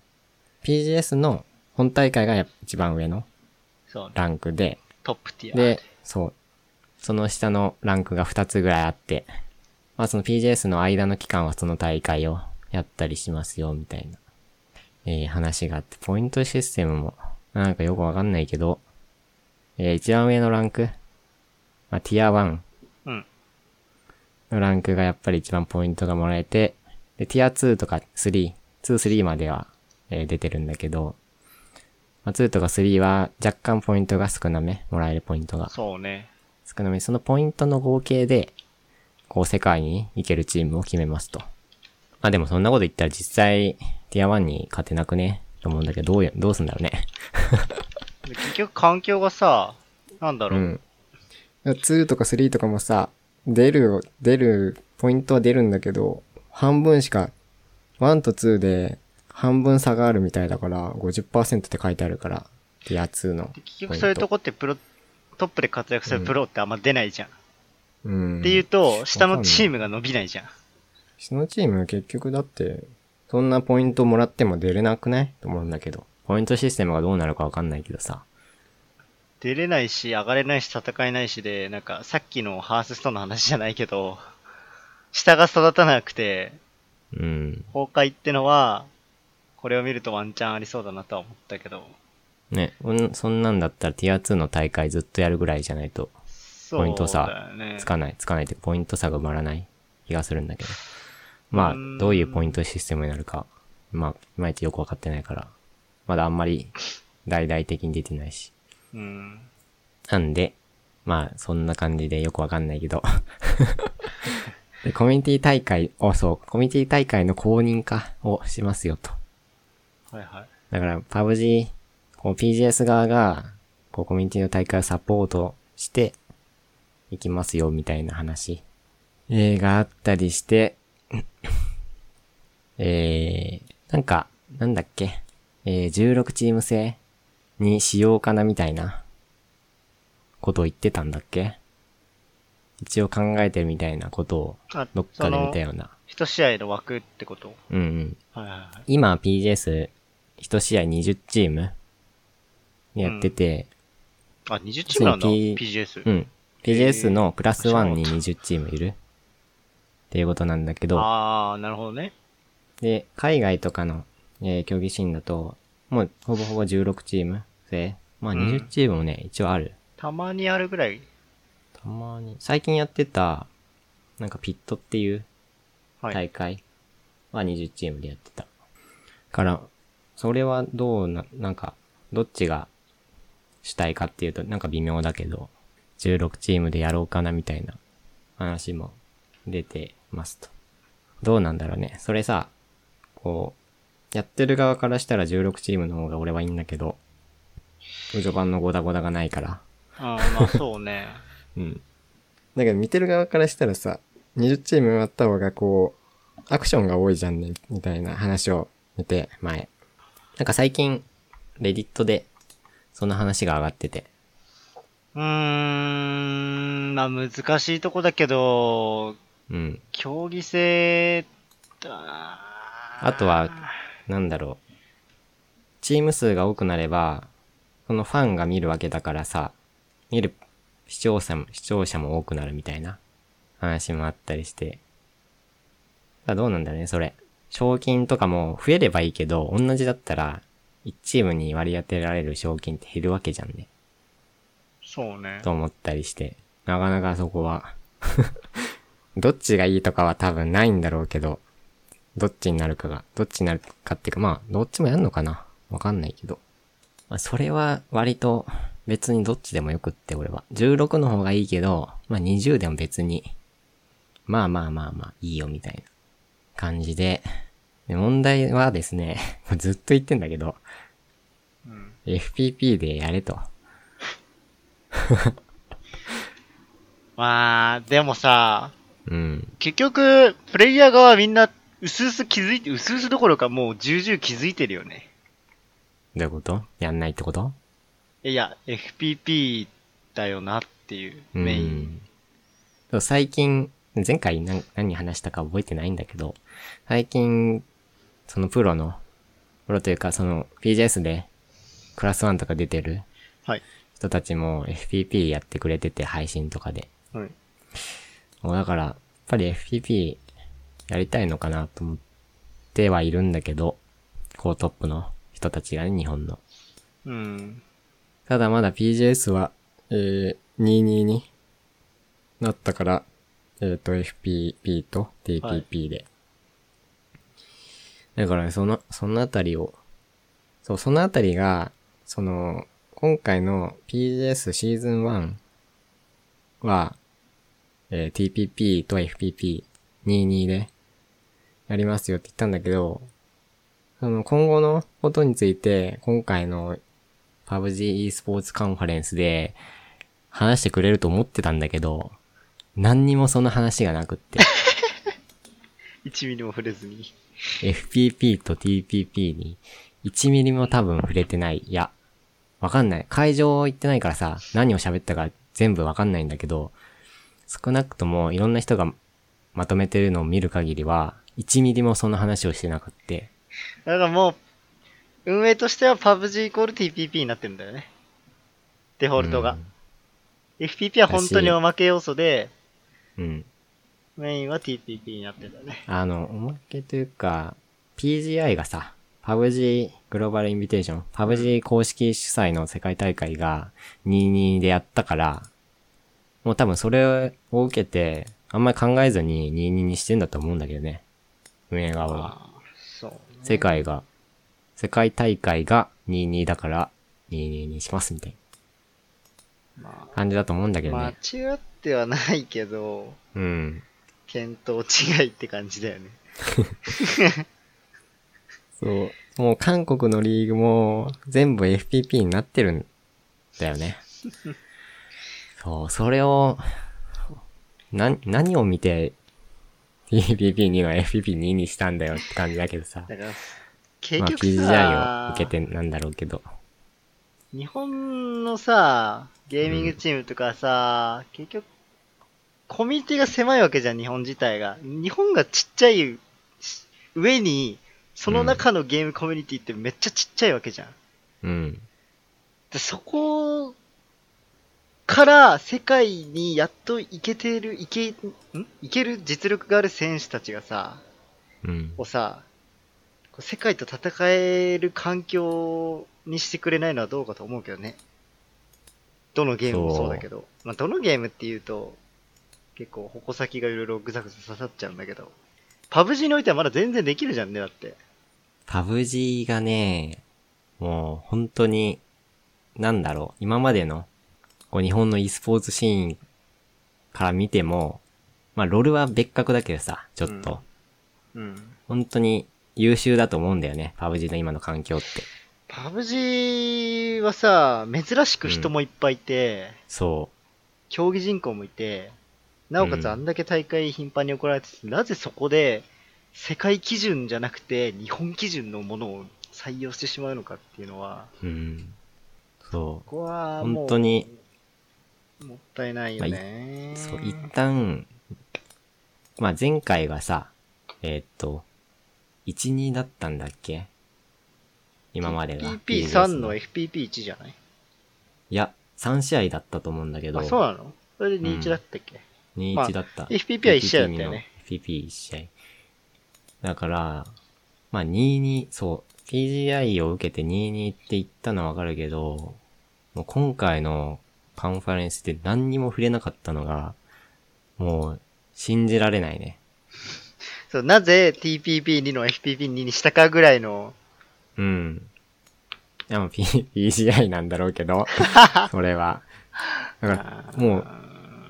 Speaker 1: PJS の本大会がやっぱ一番上の
Speaker 2: そうね
Speaker 1: ランクで、
Speaker 2: トップティア。
Speaker 1: で、そう。その下のランクが2つぐらいあって、まあその PJS の間の期間はその大会をやったりしますよ、みたいな、えー話があって、ポイントシステムも、なんかよくわかんないけど、えー一番上のランク、まあティア1
Speaker 2: うん。
Speaker 1: のランクがやっぱり一番ポイントがもらえて、で、ティア2とか3、2、3までは、えー出てるんだけど、まあ、2とか3は若干ポイントが少なめ、もらえるポイントが。
Speaker 2: そうね。
Speaker 1: 少なめにそのポイントの合計で、こう世界に行けるチームを決めますと。まあでもそんなこと言ったら実際、ティア1に勝てなくねと思うんだけど、どうや、どうすんだろうね。
Speaker 2: で結局環境がさ、なんだろう。
Speaker 1: ん。2とか3とかもさ、出る、出る、ポイントは出るんだけど、半分しか、1と2で半分差があるみたいだから、50%って書いてあるから、ティア2の。
Speaker 2: 結局そういうとこってプロ、トップで活躍するプロってあんま出ないじゃん。
Speaker 1: うん。
Speaker 2: っていうと、下のチームが伸びないじゃん。
Speaker 1: そのチーム結局だって、そんなポイントもらっても出れなくないと思うんだけど。ポイントシステムがどうなるかわかんないけどさ。
Speaker 2: 出れないし、上がれないし、戦えないしで、なんか、さっきのハースストーンの話じゃないけど、下が育たなくて、
Speaker 1: うん。
Speaker 2: 崩壊ってのは、これを見るとワンチャンありそうだなとは思ったけど、
Speaker 1: ね、うんそんなんだったらティア2の大会ずっとやるぐらいじゃないと、
Speaker 2: そうだよ
Speaker 1: ポ
Speaker 2: ね。
Speaker 1: イント差つかない、つかないっていうかポイント差が埋まらない気がするんだけど。ま
Speaker 2: うーん
Speaker 1: あ、どういうポイントシステムになるか、まあ、いまいちよくわかってないから、まだあんまり大々的に出てないし。
Speaker 2: うん。
Speaker 1: なんで、まあ、そんな感じでよくわかんないけど。 で、コミュニティ大会、あ、そう、コミュニティ大会の公認化をしますよと。
Speaker 2: はいはい。
Speaker 1: だから、パブ G、こう PGS 側が、こうコミュニティの大会をサポートして、いきますよ、みたいな話。えー、があったりして、えー、なんか、なんだっけ、えー、16チーム制にしようかな、みたいな、ことを言ってたんだっけ一応考えてるみたいなことを、
Speaker 2: あ
Speaker 1: どっかで見た
Speaker 2: その
Speaker 1: ような。
Speaker 2: 一試合の枠ってこと
Speaker 1: うんうん。
Speaker 2: はいはいはい。
Speaker 1: 今 PGS、一試合20チームやってて、
Speaker 2: あ、20チームなんだ、
Speaker 1: そう P-
Speaker 2: PGS。
Speaker 1: うん。PGS
Speaker 2: へー
Speaker 1: のプラスワンに20チームいるっていうことなんだけど、
Speaker 2: あー、なるほどね。
Speaker 1: で、海外とかの、えー競技シーンだと、もうほぼほぼ16チーム制。まあ
Speaker 2: うん
Speaker 1: 20チームもね、一応ある。
Speaker 2: たまにあるぐらい。
Speaker 1: たまに。最近やってた、なんかピットっていう
Speaker 2: はい。
Speaker 1: 大会は20チームでやってた。から、それはどうな、なんか、どっちが主体かっていうと、なんか微妙だけど、16チームでやろうかなみたいな話も出てますと。どうなんだろうね。それさ、こう、やってる側からしたら16チームの方が俺はいいんだけど、序盤のゴダゴダがないから。
Speaker 2: あー、まあそうね。
Speaker 1: うん。だけど見てる側からしたらさ、20チームあった方がこう、アクションが多いじゃんね、みたいな話を見て、前。なんか最近、レディットで、その話が上がってて。
Speaker 2: うーん、まあ難しいとこだけど、
Speaker 1: うん。
Speaker 2: 競技性、あー
Speaker 1: あとは、なんだろう。チーム数が多くなれば、そのファンが見るわけだからさ、見る視聴者も、視聴者も多くなるみたいな話もあったりして。だどうなんだろうね、それ。賞金とかも増えればいいけど、同じだったら、1チームに割り当てられる賞金って減るわけじゃんね。
Speaker 2: そうね。
Speaker 1: と思ったりして、なかなかそこは、 どっちがいいとかは多分ないんだろうけど、どっちになるかが、どっちになるかっていうか、まあ、どっちもやんのかなわかんないけど。まあ、それは割と別にどっちでもよくって、俺は。16の方がいいけど、まあ20でも別に、まあまあまあまあ、いいよみたいな感じで。で問題はですね、 もうずっと言ってんだけど、
Speaker 2: うん。
Speaker 1: FPP でやれと。
Speaker 2: まあ、でもさ、
Speaker 1: うん。
Speaker 2: 結局、プレイヤー側はみんな、うすうす気づいて、うすうすどころかもう重々気づいてるよね。
Speaker 1: どういうことやんないってこと
Speaker 2: いや、FPP だよなっていう、メイン。
Speaker 1: うん。最近、前回何何話したか覚えてないんだけど、最近、そのプロの、プロというかその PGS でクラス1とか出てる
Speaker 2: はい。
Speaker 1: 人たちも FPP やってくれてて配信とかで。
Speaker 2: はい。
Speaker 1: もうだから、やっぱり FPP やりたいのかなと思ってはいるんだけど、こうトップの人たちがね、日本の。
Speaker 2: うん。
Speaker 1: ただまだ PGS は、えー、22になったから、えっ、と、FPP と
Speaker 2: はい
Speaker 1: TPP で。だから、ね、その、そのあたりを、そう、そのあたりが、その、今回の PGS シーズン1は、えー TPP と FPP22 でやりますよって言ったんだけど、その今後のことについて、今回の PUBG e スポーツカンファレンスで話してく れると思ってたんだけど、何にもその話がなくって。
Speaker 2: 1ミリも触れずに。
Speaker 1: FPP と TPP に1ミリも多分触れてない。いや、わかんない。会場行ってないからさ、何を喋ったか全部わかんないんだけど、少なくともいろんな人がまとめてるのを見る限りは、1ミリもその話をしてなかった。
Speaker 2: だからもう、運営としては PUBG イコール TPP になってるんだよね。デフォルトが。FPP は本当におまけ要素で、
Speaker 1: うん。うん。
Speaker 2: メインは TPP になってるんだよね。
Speaker 1: あの、おまけというか、PGI がさ、PUBG グローバルインビテーション、PUBG 公式主催の世界大会が22でやったから、もう多分それを受けて、あんまり考えずに22にしてんだと思うんだけどね。運営側は。
Speaker 2: ああ、そう、ね。
Speaker 1: 世界が、世界大会が22だから22にしますみたい
Speaker 2: ま
Speaker 1: な感じだと思うんだけ
Speaker 2: あ、
Speaker 1: ど
Speaker 2: 間
Speaker 1: ね。
Speaker 2: 違ってはないけど、
Speaker 1: うん。
Speaker 2: 見当違いって感じだよね。
Speaker 1: そう。もう韓国のリーグも全部 FPP になってるんだよ ね。そう、それを、な、何を見て TPP2 は FPP2 にしたんだよって感じだけどさ。
Speaker 2: だから、
Speaker 1: ま
Speaker 2: 結
Speaker 1: あ
Speaker 2: 局さ、
Speaker 1: PGI を受けてなんだろうけど。
Speaker 2: 日本のさ、ゲーミングチームとかさ、結局、コミュニティが狭いわけじゃん、日本自体が。日本がちっちゃいし上に、その中のゲームコミュニティってめっちゃちっちゃいわけじゃん。
Speaker 1: うん。
Speaker 2: でそこから世界にやっと行けてる、行け、ん行ける実力がある選手たちがさ、
Speaker 1: うん。
Speaker 2: をさ、こう世界と戦える環境にしてくれないのはどうかと思うけどね。どのゲームもそうだけど。まあ、どのゲームっていうと、結構矛先がいろいろグザグザ刺さっちゃうんだけど。パブ G においてはまだ全然できるじゃんね、だって。
Speaker 1: パブ G がね、もう本当に、なんだろう、今までの、こう日本の e スポーツシーンから見ても、まあ、ロルは別格だけどさ、ちょっと、
Speaker 2: うんうん。
Speaker 1: 本当に優秀だと思うんだよね、パブ G の今の環境って。
Speaker 2: パブ G はさ、珍しく人もいっぱいいて、
Speaker 1: そ
Speaker 2: 競技人口もいて、なおか
Speaker 1: うん
Speaker 2: つあんだけ大会頻繁に行われてて、なぜそこで世界基準じゃなくて日本基準のものを採用してしまうのかっていうのは、
Speaker 1: う、うん。そ
Speaker 2: ここはもう
Speaker 1: 本当に
Speaker 2: もったいないよね
Speaker 1: う、。そう、一旦、まあ、前回がさ、えーっと、12だったんだっけ今までが。
Speaker 2: FPP3 の FPP1 じゃない
Speaker 1: いや、3試合だったと思うんだけど。
Speaker 2: あ、そうなのそれで
Speaker 1: うん
Speaker 2: 21だったっけ、まあ
Speaker 1: 2-1だった。
Speaker 2: FPP は一試合だったよね
Speaker 1: FPP1 試合。だから、まあ2-2、そう、PGI を受けて2-2って言ったのはわかるけど、もう今回のカンファレンスで何にも触れなかったのが、もう信じられないね。
Speaker 2: そうなぜ TPP2 の FPP2 にしたかぐらいの、
Speaker 1: うん。いや、もう P- PGI なんだろうけ ど、それは。だから、もう、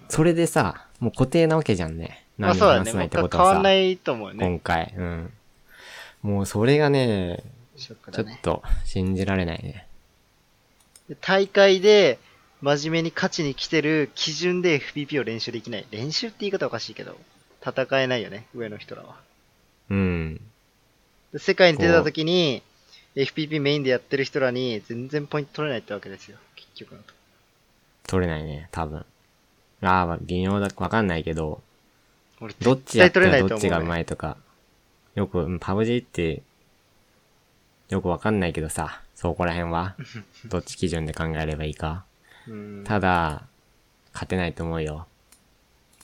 Speaker 1: それでさ、もう固定なわけじゃんね。
Speaker 2: まあ
Speaker 1: 何
Speaker 2: そ
Speaker 1: も
Speaker 2: うだ
Speaker 1: 話
Speaker 2: ね。
Speaker 1: さない
Speaker 2: 全
Speaker 1: ってこ
Speaker 2: く
Speaker 1: と
Speaker 2: 変
Speaker 1: はさ。
Speaker 2: わんないと思うね。
Speaker 1: 今回。うん。もうそれがね、
Speaker 2: ショック
Speaker 1: ちょ
Speaker 2: だ
Speaker 1: っ
Speaker 2: ね
Speaker 1: と信じられないね。
Speaker 2: で大会で真面目に勝ちに来てる基準で FPP を練習できない。練習って言い方おかしいけど、戦えないよね、上の人らは。
Speaker 1: うん。
Speaker 2: で世界に出た時に、FPP メインでやってる人らに全然ポイント取れないってわけですよ、結局のとこ
Speaker 1: 取れないね、多分。ああ、微妙だ、わかんないけど、
Speaker 2: 俺
Speaker 1: どっちやった
Speaker 2: 絶対取れない
Speaker 1: ら
Speaker 2: と
Speaker 1: どっ
Speaker 2: 思う
Speaker 1: ち
Speaker 2: ね
Speaker 1: が上手いとか、よく、うんパブ G って、よくわかんないけどさ、そこら辺 は、どっち基準で考えればいいか。
Speaker 2: うん
Speaker 1: ただ、勝てないと思うよ。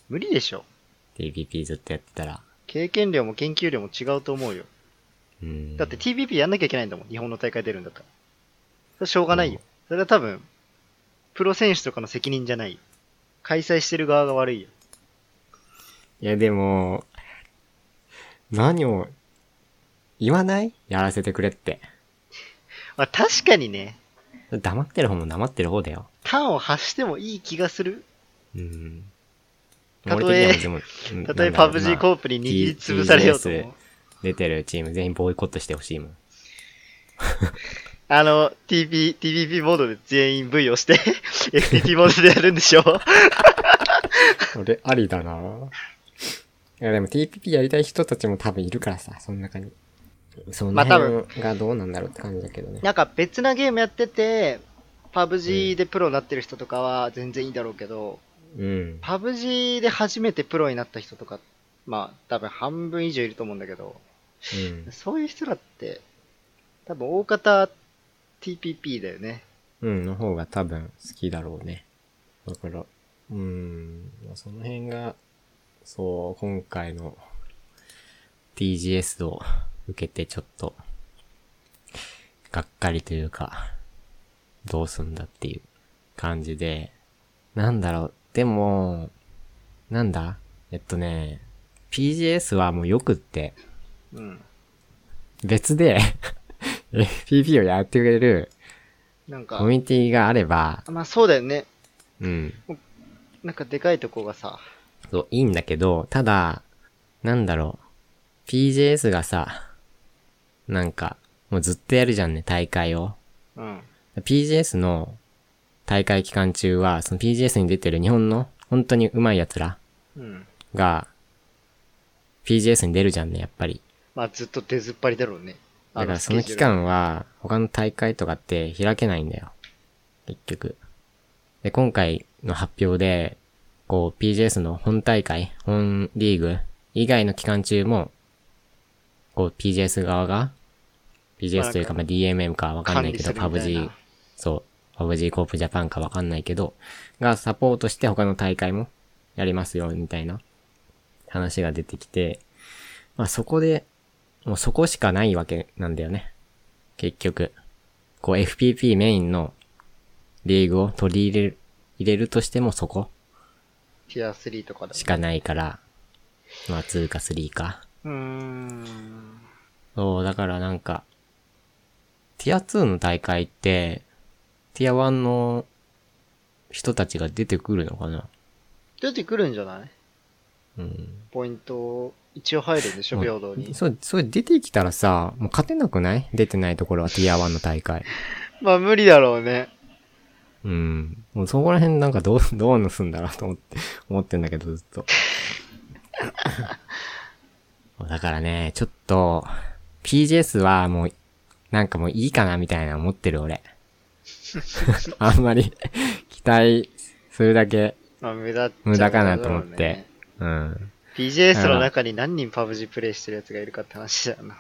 Speaker 2: 無理でしょ。
Speaker 1: TPP ずっとやってたら。
Speaker 2: 経験量も研究量も違うと思うよ。
Speaker 1: うん。
Speaker 2: だって TPP やんなきゃいけないんだもん、日本の大会出るんだったら。それしょうがないよ。それは多分、プロ選手とかの責任じゃないよ。開催してる側が悪いよ。
Speaker 1: いや、でも、何を、言わないやらせてくれって。
Speaker 2: まあ確かにね、
Speaker 1: 黙ってる方も黙ってる方だよ。
Speaker 2: 端を発してもいい気がする。
Speaker 1: うん。
Speaker 2: たと
Speaker 1: 俺
Speaker 2: え
Speaker 1: 的にはでも、
Speaker 2: たとえパブ G コー
Speaker 1: プ
Speaker 2: プに握りつぶされようと思う
Speaker 1: T-。出てるチーム全員ボイコットしてほしいもん。
Speaker 2: あの、TP、TPP モードで全員 V をして、FPP モードでやるんでしょ
Speaker 1: それありだないやでも TPP やりたい人たちも多分いるからさ、その中に。そ
Speaker 2: ま
Speaker 1: の
Speaker 2: あ多
Speaker 1: 辺がどうなんだろうって感じだけどね。
Speaker 2: なんか別なゲームやってて、PUBG でプロになってる人とかは全然いいだろうけど、
Speaker 1: うん。
Speaker 2: PUBG で初めてプロになった人とか、まあ多分半分以上いると思うんだけど、そういう人らって、多分大方 TPP だよね。
Speaker 1: うん。うん、の方が多分好きだろうね。だから、うん。その辺が、そう、今回の TGS を受けてちょっと、がっかりというか、どうすんだっていう感じで、なんだろう、でも、なんだえっとね、PGS はもうよくって、
Speaker 2: うん。
Speaker 1: 別で FPP をやってくれる
Speaker 2: なんか
Speaker 1: コ、ミュニティがあれば、
Speaker 2: まあそうだよね。
Speaker 1: うん、
Speaker 2: なんかでかいとこがさ、
Speaker 1: そう、いいんだけど、ただ、なんだろう、PJS がさ、なんか、もうずっとやるじゃんね、大会を。
Speaker 2: うん。
Speaker 1: PJS の大会期間中は、その PJS に出てる日本の本当に上手い奴ら
Speaker 2: うん。
Speaker 1: が、PJS に出るじゃんね、やっぱり。
Speaker 2: まあずっと出ずっぱりだろうね。
Speaker 1: だから
Speaker 2: ス
Speaker 1: そ
Speaker 2: ケ
Speaker 1: の
Speaker 2: ジュ
Speaker 1: 期
Speaker 2: ールは。
Speaker 1: 間は他の大会とかって開けないんだよ。結局。で、今回の発表で、こう PJS の本大会、本リーグ以外の期間中も、こう PJS 側が、PJS というかまあ DMM かわかんないけど、
Speaker 2: 管理するみたい
Speaker 1: PUBG
Speaker 2: な、
Speaker 1: そう、PUBG コープジャパンかわかんないけど、がサポートして他の大会もやりますよ、みたいな話が出てきて、まあそこで、もうそこしかないわけなんだよね。結局。こう FPP メインのリーグを取り入れる、入れるとしてもそこ
Speaker 2: ティア3とかだ、ね。
Speaker 1: しかないから、まあ2か3か。
Speaker 2: うーん。
Speaker 1: そう、だからなんか、ティア2の大会って、ティア1の人たちが出てくるのかな
Speaker 2: 出てくるんじゃない
Speaker 1: うん。
Speaker 2: ポイント、一応入るんでしょ、
Speaker 1: まあ
Speaker 2: 平等に。
Speaker 1: そう、それ出てきたらさ、もう勝てなくない出てないところはティア1の大会。
Speaker 2: まあ無理だろうね。
Speaker 1: うん。もうそこら辺なんかどう、 どう盗んだろうと思って、思ってんだけどずっと。 だからね、ちょっと、PGS はもう、なんかもういいかなみたいな思ってる 俺。あんまり 期待するだけ、
Speaker 2: まあ無駄っちゃ
Speaker 1: 無駄かなと思っ
Speaker 2: 無駄だろ
Speaker 1: て
Speaker 2: うね。
Speaker 1: うん。
Speaker 2: PJS の中に何人 PUBG プレイしてるやつがいるかって話だよな。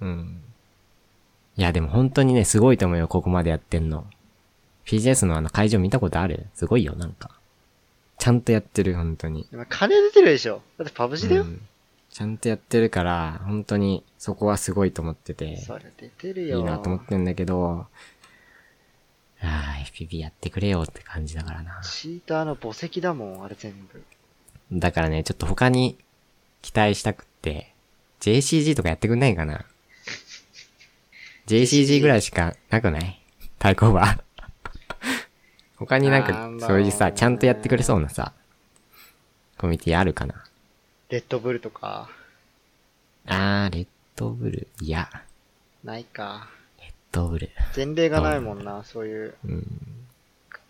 Speaker 1: うん。いや、でも本当にね、すごいと思うよ、ここまでやってんの。PGS のあの会場見たことあるすごいよ、なんか。ちゃんとやってる、本当に。
Speaker 2: 今金出てるでしょだって PUBG だよ、
Speaker 1: うんちゃんとやってるから、本当にそこはすごいと思ってて、
Speaker 2: それ出てる
Speaker 1: い
Speaker 2: よ。
Speaker 1: いなと思ってんだけど、ああ、FPP やってくれよって感じだからな。
Speaker 2: チーターの墓石だもん、あれ全部。
Speaker 1: だからね、ちょっと他に期待したくって、JCG とかやってくんないかな ?JCG ぐらいしかなくない対抗馬。他になん
Speaker 2: な
Speaker 1: か
Speaker 2: ん、だろ
Speaker 1: そうう
Speaker 2: ね
Speaker 1: いうさ、ちゃんとやってくれそうなさ、コミュニティあるかな
Speaker 2: レッドブルとか、
Speaker 1: あー、レッドブル、いや、
Speaker 2: ないか。
Speaker 1: レッドブル。
Speaker 2: 前例がないもんな、そういう。
Speaker 1: うん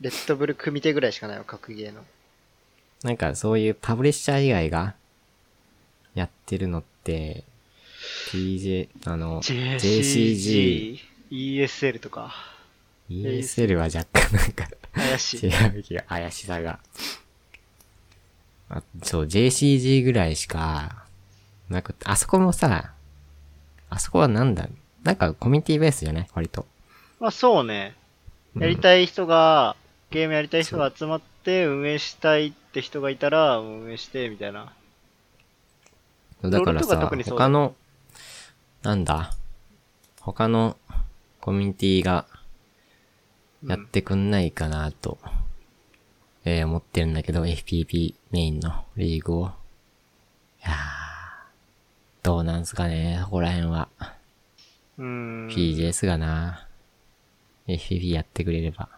Speaker 2: レッドブル組手ぐらいしかないわ、格ゲーの。
Speaker 1: なんかそういうパブリッシャー以外がやってるのって、PJ、あの、JCG、
Speaker 2: ESL とか。
Speaker 1: ESL は若干なんか
Speaker 2: 怪し
Speaker 1: 違
Speaker 2: い。
Speaker 1: う気が、怪しさが。あそう、JCG ぐらいしかなくて、あそこもさ、あそこはなんだ、なんかコミュニティベースじゃない割と。
Speaker 2: まあそうね。
Speaker 1: うん
Speaker 2: やりたい人が、ゲームやりたい人が集まって、運営したいって人がいたら、運営して、みたいな。
Speaker 1: だから
Speaker 2: ロールとか
Speaker 1: さ
Speaker 2: 特に、そうだ
Speaker 1: 他の、なんだ、他のコミュニティが
Speaker 2: うん
Speaker 1: やってくんないかなと、えー思ってるんだけど、FPP メインのリーグを。いやー、どうなんすかね、ここら辺は。
Speaker 2: うーん。
Speaker 1: PJS がな、FPP やってくれれば、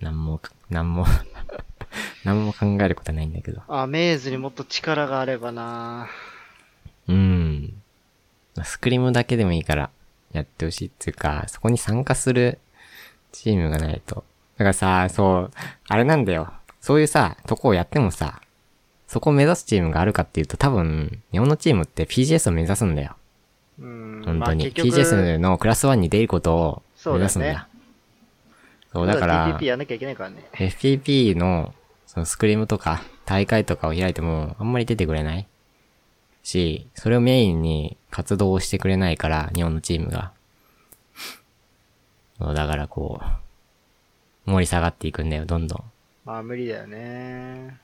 Speaker 1: なんも、なんも、 なんも考えることはないんだけど。
Speaker 2: あ、メイズにもっと力があればな
Speaker 1: うん。スクリームだけでもいいから、やってほしいっていうか、そこに参加するチームがないと。だからさ、そう、あれなんだよ。そういうさ、とこをやってもさ、そこを目指すチームがあるかっていうと多分、日本のチームって PGS を目指すんだよ。
Speaker 2: うん。
Speaker 1: 本
Speaker 2: まあ
Speaker 1: 当に。
Speaker 2: 結局
Speaker 1: PGS のクラス1に出ることを目指すんだ。そう、だから、
Speaker 2: TPP やんなきゃいけないからね。
Speaker 1: FPP の、そのスクリームとか、大会とかを開いても、あんまり出てくれないし、それをメインに活動をしてくれないから、日本のチームが。そうだからこう、盛り下がっていくんだよ、どんどん。
Speaker 2: まあ無理だよね。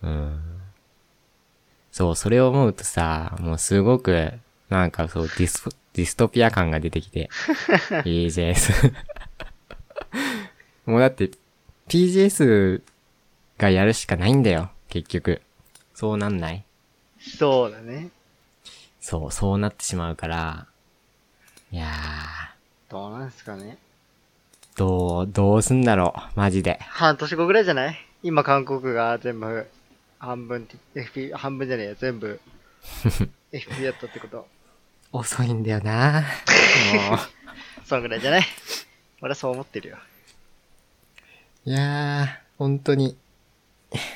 Speaker 1: うん。そう、それを思うとさ、もうすごく、なんかそう、ディス、ディストピア感が出てきて。PJS。もうだって、PJS がやるしかないんだよ、結局。そうなんない
Speaker 2: そうだね。
Speaker 1: そう、そうなってしまうから。いや
Speaker 2: どうなんですかね。
Speaker 1: ー、どう、どうすんだろう、マジで。
Speaker 2: 半年後ぐらいじゃない今韓国が全部、半分、FP、半分じゃねえや、全部、FP やったってこと。
Speaker 1: 遅いんだよなもう。
Speaker 2: そのぐらいじゃない俺はそう思ってるよ。
Speaker 1: いやー、本当に。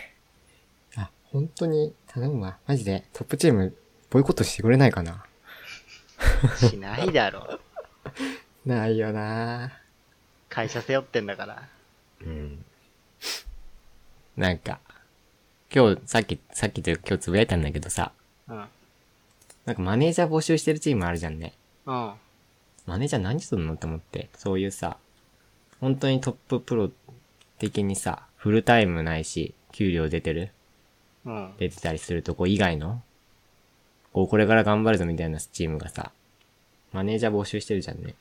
Speaker 1: あ、本当に頼むわ。マジで、トップチーム、ボイコットしてくれないかな。
Speaker 2: しないだろう。
Speaker 1: ないよな
Speaker 2: 会社背負ってんだから。
Speaker 1: ー。うん。なんか、今日、さっき、さっきというか今日つぶやいたんだけどさ、
Speaker 2: うん。
Speaker 1: なんかマネージャー募集してるチームあるじゃんね。
Speaker 2: うん。
Speaker 1: マネージャー何すんのって思って、そういうさ、本当にトッププロ的にさ、フルタイムないし、給料出てる
Speaker 2: うん。
Speaker 1: 出てたりするとこ以外の、こう、これから頑張るぞみたいなチームがさ、マネージャー募集してるじゃんね。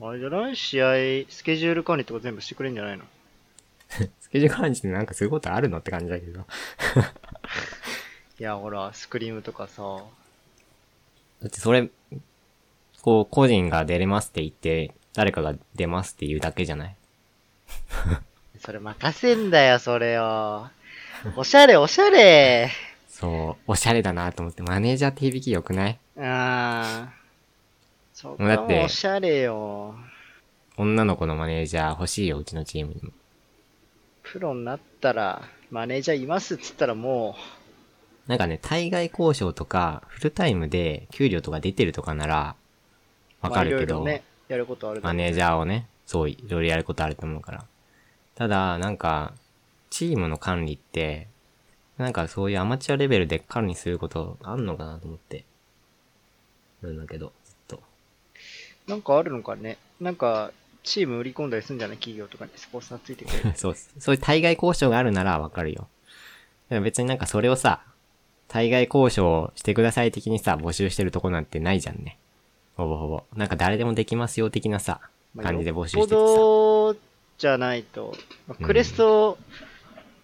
Speaker 2: あれじゃない試合、スケジュール管理とか全部してくれんじゃないの
Speaker 1: スケジュール管理ってなんかそういうことあるのって感じだけど。だ
Speaker 2: いや、ほら、スクリームとかさ。
Speaker 1: ってそれ、こう、個人が出れますって言って、誰かが出ますって言うだけじゃない
Speaker 2: それ任せんだよ、それを。おしゃれ、おしゃれ。
Speaker 1: そう、おしゃれだなと思って、マネージャーって響き良くない
Speaker 2: うん。そこ
Speaker 1: もうだ
Speaker 2: は
Speaker 1: っ
Speaker 2: も
Speaker 1: て
Speaker 2: うおしゃれよ。
Speaker 1: 女の子のマネージャー欲しいよ、うちのチームにも。
Speaker 2: プロになったら、マネージャーいますっつったらも
Speaker 1: なんかね、対外交渉とか、フルタイムで給料とか出てるとかなら、
Speaker 2: う、
Speaker 1: わかるけ
Speaker 2: ま
Speaker 1: ど、
Speaker 2: あいろいろね、やることあるだ
Speaker 1: マ
Speaker 2: ろう
Speaker 1: ネージャーをね、そう、いろいろやることあると思うから。ただ、なんか、チームの管理って、なんかそういうアマチュアレベルで管理することあんのかなと思って。なんだけど、 ずっと。。
Speaker 2: なんかあるのかね。なんか、チーム売り込んだりするんじゃない企業とかにスポンサーついてくれる
Speaker 1: そうっす、そういう対外交渉があるならわかるよ。でも別になんかそれをさ、対外交渉してください的にさ、募集してるとこなんてないじゃんね。ほぼほぼ。なんか誰でもできますよ的なさ、感じで募集しててさ。
Speaker 2: まあよっぽどじゃないと。まあ
Speaker 1: うん
Speaker 2: クレスト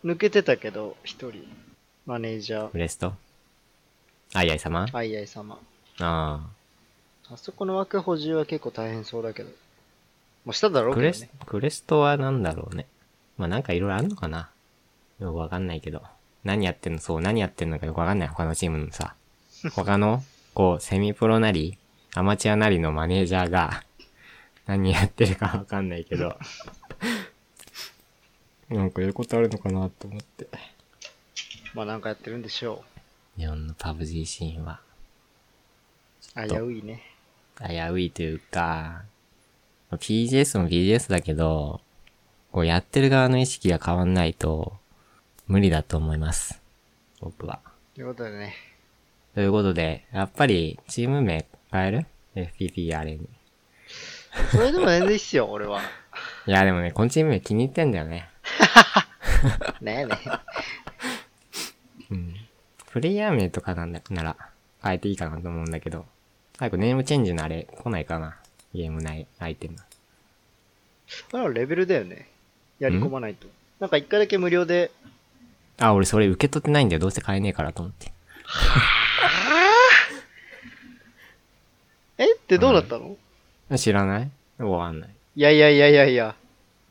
Speaker 2: 抜けてたけど、一人。マネージャ
Speaker 1: ブ
Speaker 2: ー、
Speaker 1: レストあいあい様あ
Speaker 2: アイアイ様。
Speaker 1: あ。
Speaker 2: あそこの枠補充は結構大変そうだけど。もうしただろう
Speaker 1: ク
Speaker 2: け
Speaker 1: レ
Speaker 2: どね
Speaker 1: ス。、クレストはなんだろうね。まあなんかいろいろあんのかなよくわかんないけど。何やってんのそう、何やってんのかよくわかんない。他のチームの さ。他の、こう、セミプロなり、アマチュアなりのマネージャーが、何やってるかわかんないけ ど。なんかやることあるのかなと思って。
Speaker 2: まあなんかやってるんでしょ
Speaker 1: 日本の PUBG シーンは、
Speaker 2: う。危ういね。
Speaker 1: 危ういというか、PGS も PGS だけど、こうやってる側の意識が変わんないと、無理だと思います。僕は。
Speaker 2: ということでね。
Speaker 1: ということで、やっぱり、チーム名変える ?FPP あれに。
Speaker 2: それでも全然いいっすよ、俺は。
Speaker 1: いや、でもね、このチーム名気に入ってんだよね。
Speaker 2: ねえねえ。
Speaker 1: うん。プレイヤー名とかなんだ、なら、変えていいかなと思うんだけど、最後ネームチェンジのあれ、来ないかな。ゲーム内アイテム。
Speaker 2: これはレベルだよね。やり込まないと。なんか一回だけ無料で、
Speaker 1: あ、俺それ受け取ってないんだよ。どうせ買えねえからと思って。
Speaker 2: えってどうだったの、
Speaker 1: 知らないわかんない。
Speaker 2: いやいやいやいやいや。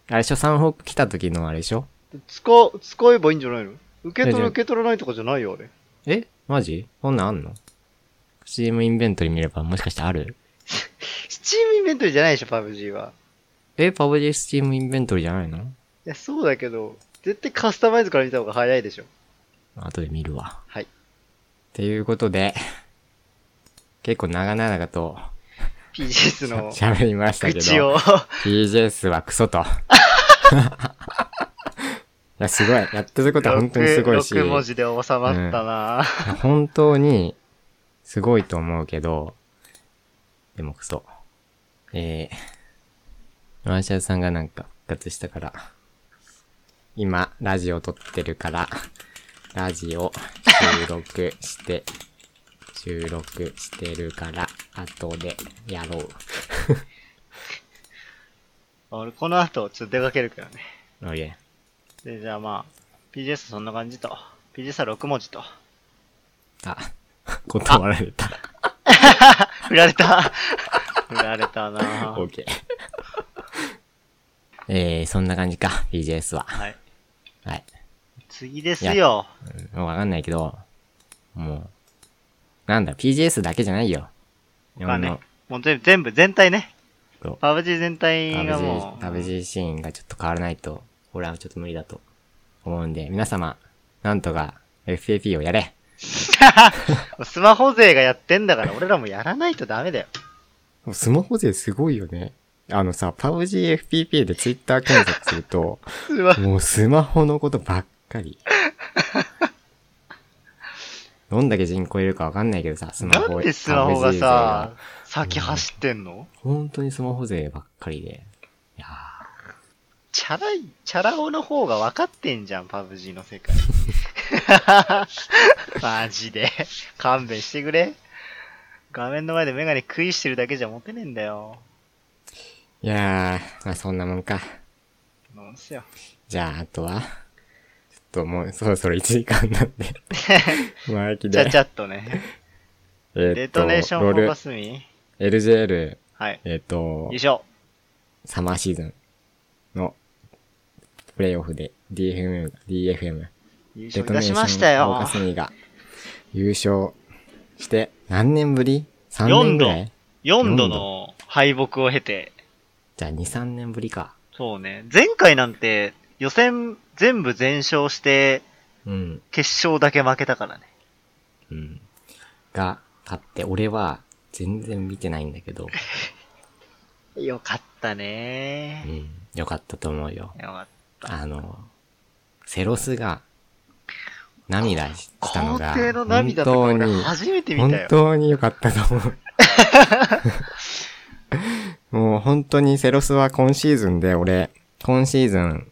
Speaker 1: あれでしょ、サンホーク来た時のあれでしょ
Speaker 2: 使、使えばいいんじゃないの受け取
Speaker 1: いやじゃあ
Speaker 2: る受け取らないとかじゃないよ、あれ。
Speaker 1: えマジそんなんあんの ?CM インベントリ見ればもしかしてある
Speaker 2: スチームインベントリーじゃないでしょ、パブ G は。
Speaker 1: え、パブ G スチームインベントリじゃないの
Speaker 2: いや、そうだけど、絶対カスタマイズから見た方が早いでしょ。
Speaker 1: 後で見るわ。
Speaker 2: はい。
Speaker 1: っていうことで、結構長々と
Speaker 2: PGS の
Speaker 1: 喋りましたけど。
Speaker 2: 愚痴を。
Speaker 1: PJS はクソと。い や、すごい。やってることは本当にすごいし、
Speaker 2: 6文字で収まったな、
Speaker 1: 本当にすごいと思うけど、でもクソ。えー、ワンシャルさんがなんか復活したから、今、ラジオ撮ってるから、ラジオ収録して、収録してるから、後でやろう。
Speaker 2: 俺この後、ちょっと出かけるからね。
Speaker 1: おいえ。
Speaker 2: で、じゃあまあ、PGS はそんな感じと。PGS は6文字と。
Speaker 1: あ、 断られた。
Speaker 2: 振ら れた。振られたな
Speaker 1: オッケー。 えー、そんな感じか、BJS は。
Speaker 2: はい。
Speaker 1: はい。
Speaker 2: 次ですよ。
Speaker 1: もうわかんないけど、もう、なんだ、PJS だけじゃないよ。日
Speaker 2: まあ
Speaker 1: 本
Speaker 2: ね
Speaker 1: の、。
Speaker 2: もう全部、全部、全体ね。
Speaker 1: そう
Speaker 2: パブ G 全体がもう。
Speaker 1: 食べシーンがちょっと変わらないと、俺はちょっと無理だと思うんで、皆様、なんとか FAP をやれ。
Speaker 2: スマホ勢がやってんだから、俺らもやらないとダメだよ。
Speaker 1: スマホ勢すごいよね。あのさ、パブ GFPP で Twitter 検索する と、
Speaker 2: スマ
Speaker 1: もうスマホのことばっかり。どんだけ人口いるかわかんないけどさ、スマホ。
Speaker 2: なんでスマホがさ
Speaker 1: パブ、
Speaker 2: 先走ってんの
Speaker 1: ジ勢が。本当にスマホ勢ばっかりで。いや
Speaker 2: チャラい、チャラ男の方が分かってんじゃん、パブ G の 世界。マジで。勘弁してくれ。画面の前でメガネ食いしてるだけじゃモテねえんだよ。
Speaker 1: ー。いやー、まあそんなもんか。
Speaker 2: なんすよ。
Speaker 1: じゃあ、あとは、ちょっともうそろそろ1時間なん で。前き
Speaker 2: ちゃ
Speaker 1: で
Speaker 2: ち。ゃっとね。
Speaker 1: えーっと
Speaker 2: デトネーションフ
Speaker 1: ロ
Speaker 2: ォー
Speaker 1: ー
Speaker 2: カスミ
Speaker 1: ル、LJL、
Speaker 2: はい。
Speaker 1: えーっと
Speaker 2: 優、勝。
Speaker 1: サマーシーズンのプレイオフで DFM が、DFM
Speaker 2: 優
Speaker 1: デ
Speaker 2: 勝
Speaker 1: ト
Speaker 2: い
Speaker 1: ネー
Speaker 2: た
Speaker 1: ショ
Speaker 2: し
Speaker 1: ン
Speaker 2: ました
Speaker 1: フォー
Speaker 2: よ
Speaker 1: カ。スミが優勝して、何年ぶり ?3 年ぐら
Speaker 2: 四
Speaker 1: い
Speaker 2: 4度の敗北を経て。
Speaker 1: じゃあ2、3年ぶりか。
Speaker 2: そうね。前回なんて予選全部全勝して
Speaker 1: うん。
Speaker 2: 決勝だけ負けたからね。
Speaker 1: うん。が、勝って、俺は全然見てないんだけど、
Speaker 2: よかった
Speaker 1: う
Speaker 2: ね
Speaker 1: ん。よかったと思うよ。
Speaker 2: よかった。
Speaker 1: あの、セロスが、涙したの
Speaker 2: 皇
Speaker 1: が、
Speaker 2: 帝の涙とか
Speaker 1: 本当
Speaker 2: 俺
Speaker 1: に、
Speaker 2: 初めて見た
Speaker 1: 本
Speaker 2: よ。
Speaker 1: 当に良かったと 思う。もう本当にセロスは今シーズンで俺、今シーズン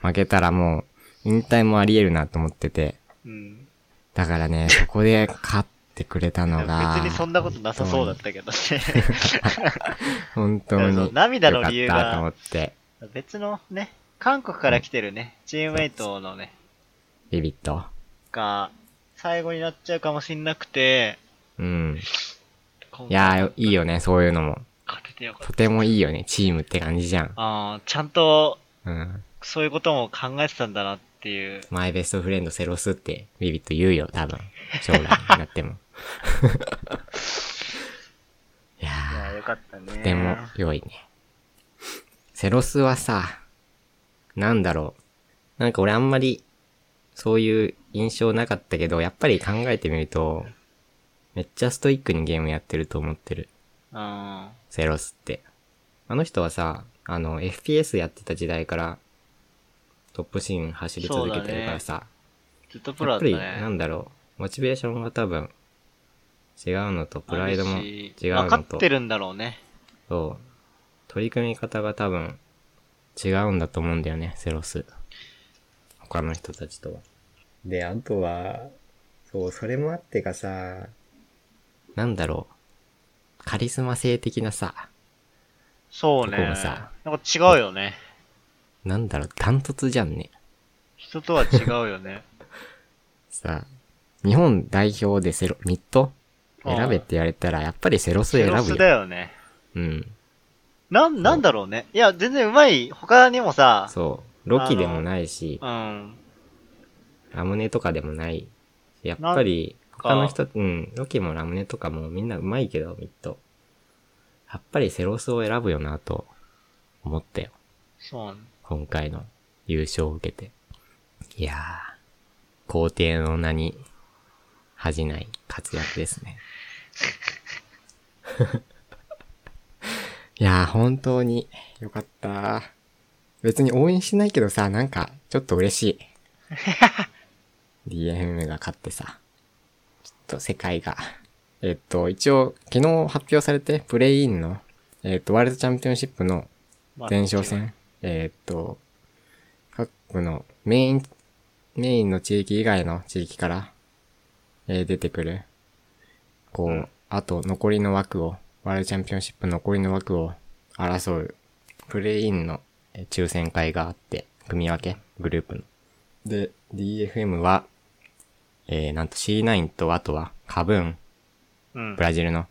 Speaker 1: 負けたらもう引退もあり得るなと思ってて。
Speaker 2: うん。
Speaker 1: だからね、そこで勝ってくれたのが、
Speaker 2: 別にそんなことなさそうだったけどね。
Speaker 1: 本当
Speaker 2: そう
Speaker 1: に
Speaker 2: 涙の理由が
Speaker 1: 良かったと思って、
Speaker 2: 別のね、韓国から来てるね、チームメイトのね、
Speaker 1: ビビッと。
Speaker 2: が、最後になっちゃうかもしんなくて、
Speaker 1: うん。
Speaker 2: 今
Speaker 1: い
Speaker 2: 回
Speaker 1: やー、いいよね、そういうのも。
Speaker 2: 勝ててよかっ
Speaker 1: とてもいいよね、チームって感じじゃん。
Speaker 2: た。ああ、ちゃんと、
Speaker 1: うん。
Speaker 2: そういうことも考えてたんだなっていう。
Speaker 1: マイベストフレンドセロスってビビッと言うよ、多分。将来になっても。 いや
Speaker 2: いや
Speaker 1: ー、
Speaker 2: ー、よかったね。
Speaker 1: でも良いね。セロスはさ、なんだろう。なんか俺あんまり、そういう印象なかったけど、やっぱり考えてみると、めっちゃストイックにゲームやってると思ってる。
Speaker 2: うん。
Speaker 1: セロスって。あの人はさ、あの、FPS やってた時代から、トップシーン走り続けてるからさ、
Speaker 2: ずっとプ
Speaker 1: や
Speaker 2: ロだ
Speaker 1: っ
Speaker 2: っ
Speaker 1: ぱ
Speaker 2: た
Speaker 1: り、な
Speaker 2: ね。
Speaker 1: んだろう、モチベーションが多分、違うのと、プライドも
Speaker 2: ある
Speaker 1: 違
Speaker 2: し
Speaker 1: う
Speaker 2: 分か
Speaker 1: の
Speaker 2: っ
Speaker 1: と
Speaker 2: て、るんだろうね。
Speaker 1: そう、取り組み方が多分、違うんだと思うんだよね、セロス。他の人たちとは。で、あとは、そう、それもあってかさ、なんだろう、カリスマ性的なさ、
Speaker 2: そうね。
Speaker 1: とこ
Speaker 2: なん
Speaker 1: が
Speaker 2: か
Speaker 1: さ
Speaker 2: 違うよね。
Speaker 1: なんだろう、単突じゃんね。
Speaker 2: 人とは違うよ ね。
Speaker 1: さ、日本代表でセロ、ミッド選べって言われたら、やっぱりセロス
Speaker 2: セ
Speaker 1: 選ぶ
Speaker 2: ロ
Speaker 1: よ。
Speaker 2: スだよね。
Speaker 1: うん。
Speaker 2: なん、なんだろうね。いや、全然うまい。他にもさ、
Speaker 1: そう。ロキでもないし、
Speaker 2: うん。
Speaker 1: ラムネとかでもない。やっぱり、他の人、うん、ロキもラムネとかもみんなうまいけど、ミッド。やっぱりセロスを選ぶよなと思ったよ。
Speaker 2: そう。
Speaker 1: 今回の優勝を受けて。いやー、皇帝の名に恥じない活躍ですね。 いやー、本当によかった。別に応援しないけどさ、なんか、ちょっと嬉 しい。DFM が勝ってさ、ちょっと世界が。えっと、一応、昨日発表されて、プレイインの、えっと、ワールドチャンピオンシップの
Speaker 2: まあ
Speaker 1: 前哨戦。えーっと、各のメイン、メインの地域以外の地域から、えー出てくる、こう、
Speaker 2: うん
Speaker 1: あと残りの枠を、ワールドチャンピオンシップ残りの枠を争う、プレイインのえー抽選会があって、組み分け、グループの。で、DFM は、えー、なんと C9 とあとは、カブーン、
Speaker 2: うん
Speaker 1: ブ。ラジルの、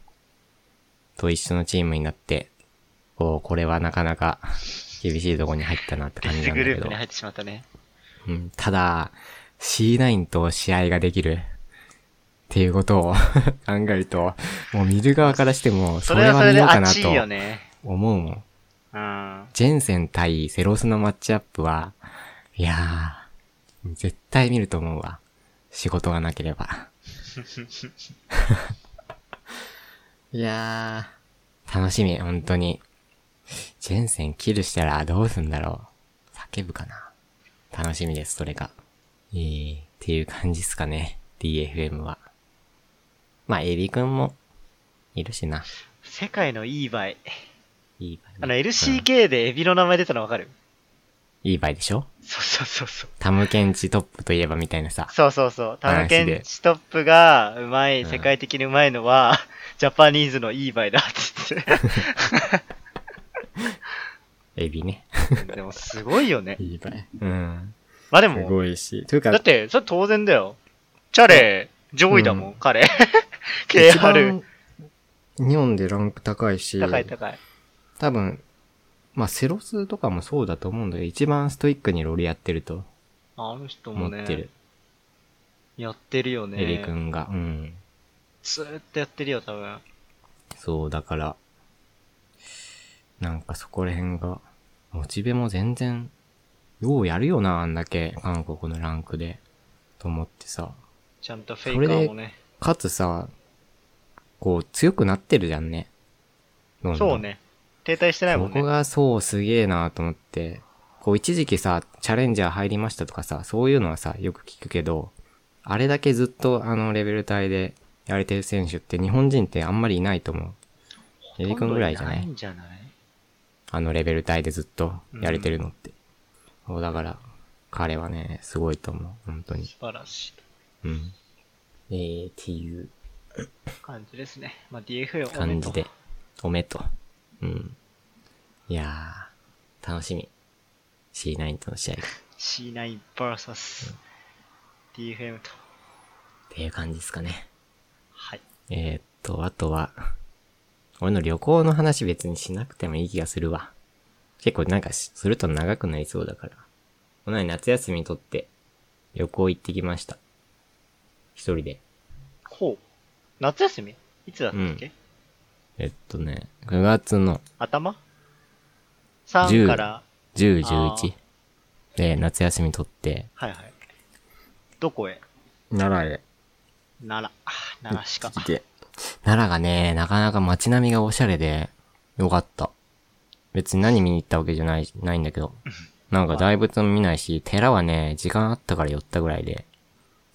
Speaker 1: と一緒のチームになって、おーこれはなかなか厳しいとこに入ったなって感じ
Speaker 2: 別
Speaker 1: なんだ
Speaker 2: グ
Speaker 1: け
Speaker 2: ルー
Speaker 1: ど
Speaker 2: プに。入ってしまったね。
Speaker 1: うん、ただ、C9 と試合ができるっていうことを 考えると、もう見る側からしても、そ
Speaker 2: そ
Speaker 1: れ
Speaker 2: れはそ
Speaker 1: は
Speaker 2: れ
Speaker 1: 見
Speaker 2: で
Speaker 1: ようかな
Speaker 2: 熱い
Speaker 1: と
Speaker 2: よね。
Speaker 1: 思うもん。
Speaker 2: うん。
Speaker 1: ジェンセン対セロスのマッチアップは、いやー、絶対見ると思うわ。仕事がなければ。いやー、楽しみ、本当に。ジェンセンキルしたらどうすんだろう。叫ぶかな。楽しみです、それが。えー、っていう感じっすかね。DFM は。まあ、エビくんも、いるしな。
Speaker 2: 世界のいいバイ。
Speaker 1: いいバイ。
Speaker 2: あの、
Speaker 1: うん
Speaker 2: LCK でエビの名前出たのわかる
Speaker 1: いいバイでしょ
Speaker 2: そうそうそうそう。
Speaker 1: タムケンチトップといえばみたいなさ。
Speaker 2: そうそうそう。タムケ
Speaker 1: 話
Speaker 2: ン
Speaker 1: で
Speaker 2: チトップがうまい、
Speaker 1: うん
Speaker 2: 世界的にうまいのは、ジャパニーズのいいバイだって
Speaker 1: エビね。
Speaker 2: 言 って。でもすごいよね。
Speaker 1: いいばい。うん。
Speaker 2: まあですも、
Speaker 1: ごいし。というか、
Speaker 2: だって、それ当然だよ。チャレ、上位だもん、 彼。
Speaker 1: 一番
Speaker 2: KR。
Speaker 1: 日本でランク高いし、
Speaker 2: 高い高い。
Speaker 1: 多分、まあ、セロスとかもそうだと思うんだけど、一番ストイックにロールやってると
Speaker 2: あの人
Speaker 1: 思
Speaker 2: も
Speaker 1: ってる
Speaker 2: ね、。やってるよね。
Speaker 1: エビくんが。うん。
Speaker 2: ずーっとやってるよ、多分。
Speaker 1: そう、だから、なんかそこら辺が、モチベも全然、ようやるよな、あんだけ、韓国のランクで、と思ってさ。
Speaker 2: ちゃんとフェイカーもね。
Speaker 1: かつさ、こう、強くなってるじゃんね。どんどん
Speaker 2: そう。ね。停滞してないもん
Speaker 1: そこ
Speaker 2: ね。
Speaker 1: がそうすげえなと思って、こう一時期さ、チャレンジャー入りましたとかさ、そういうのはさ、よく聞くけど、あれだけずっとあのレベル帯でやれてる選手って日本人ってあんまりいないと思う。エリ君ぐらいじゃない
Speaker 2: ほとんどないんじゃない
Speaker 1: あのレベル帯でずっとやれてるのって。そうだから、彼はね、すごいと思う。本当に。
Speaker 2: 素晴らしい。
Speaker 1: うん。えー、っていう
Speaker 2: 感じですね。まあ、DFA を
Speaker 1: 感じで、おめと。うん。いやー、楽しみ。C9 との試合が。
Speaker 2: C9vs DFM と。
Speaker 1: っていう感じですかね。
Speaker 2: はい。
Speaker 1: えー、っと、あとは、俺の旅行の話別にしなくてもいい気がするわ。結構なんかしすると長くなりそうだから。この前夏休みにとって旅行行ってきました。一人で。
Speaker 2: ほう。夏休みいつだったっけ、
Speaker 1: うえっとね、9月の
Speaker 2: 頭
Speaker 1: 10
Speaker 2: ?3 から。
Speaker 1: 10、
Speaker 2: あー
Speaker 1: 11で夏休みにとって、
Speaker 2: はいはい。どこへ
Speaker 1: 奈良へ
Speaker 2: 奈良。あ奈良鹿。
Speaker 1: て。奈良がね、なかなか街並みがおしゃれで、よかった。別に何見に行ったわけじゃない、ないんだけど。なんか大仏も見ないし、寺はね、時間あったから寄ったぐらいで。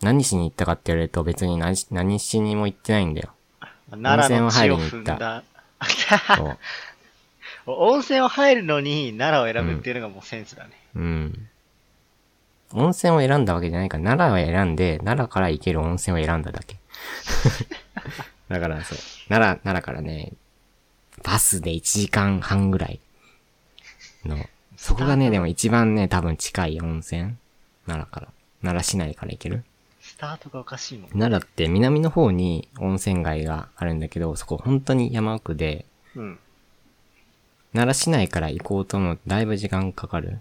Speaker 1: 何しに行ったかって言われると別に何し何しにも行ってないんだよ。
Speaker 2: 奈良の地を
Speaker 1: 温
Speaker 2: 踏
Speaker 1: 泉は入り
Speaker 2: ん
Speaker 1: に行っ
Speaker 2: だ。
Speaker 1: そう。
Speaker 2: 温泉を入るのに奈良を選ぶっていうのがもうセンスだね。
Speaker 1: うん。温泉を選んだわけじゃないから、奈良を選んで、奈良から行ける温泉を選んだだけ。だからそう。奈良、奈良からね、バスで1時間半ぐらいの、そこがね、でも一番ね、多分近い温泉奈良から。奈良市内から行ける
Speaker 2: スタートがおかしいもん。
Speaker 1: 奈良って南の方に温泉街があるんだけど、そこ本当に山奥で、
Speaker 2: うん。
Speaker 1: 奈良市内から行こうと思うとだいぶ時間かかる。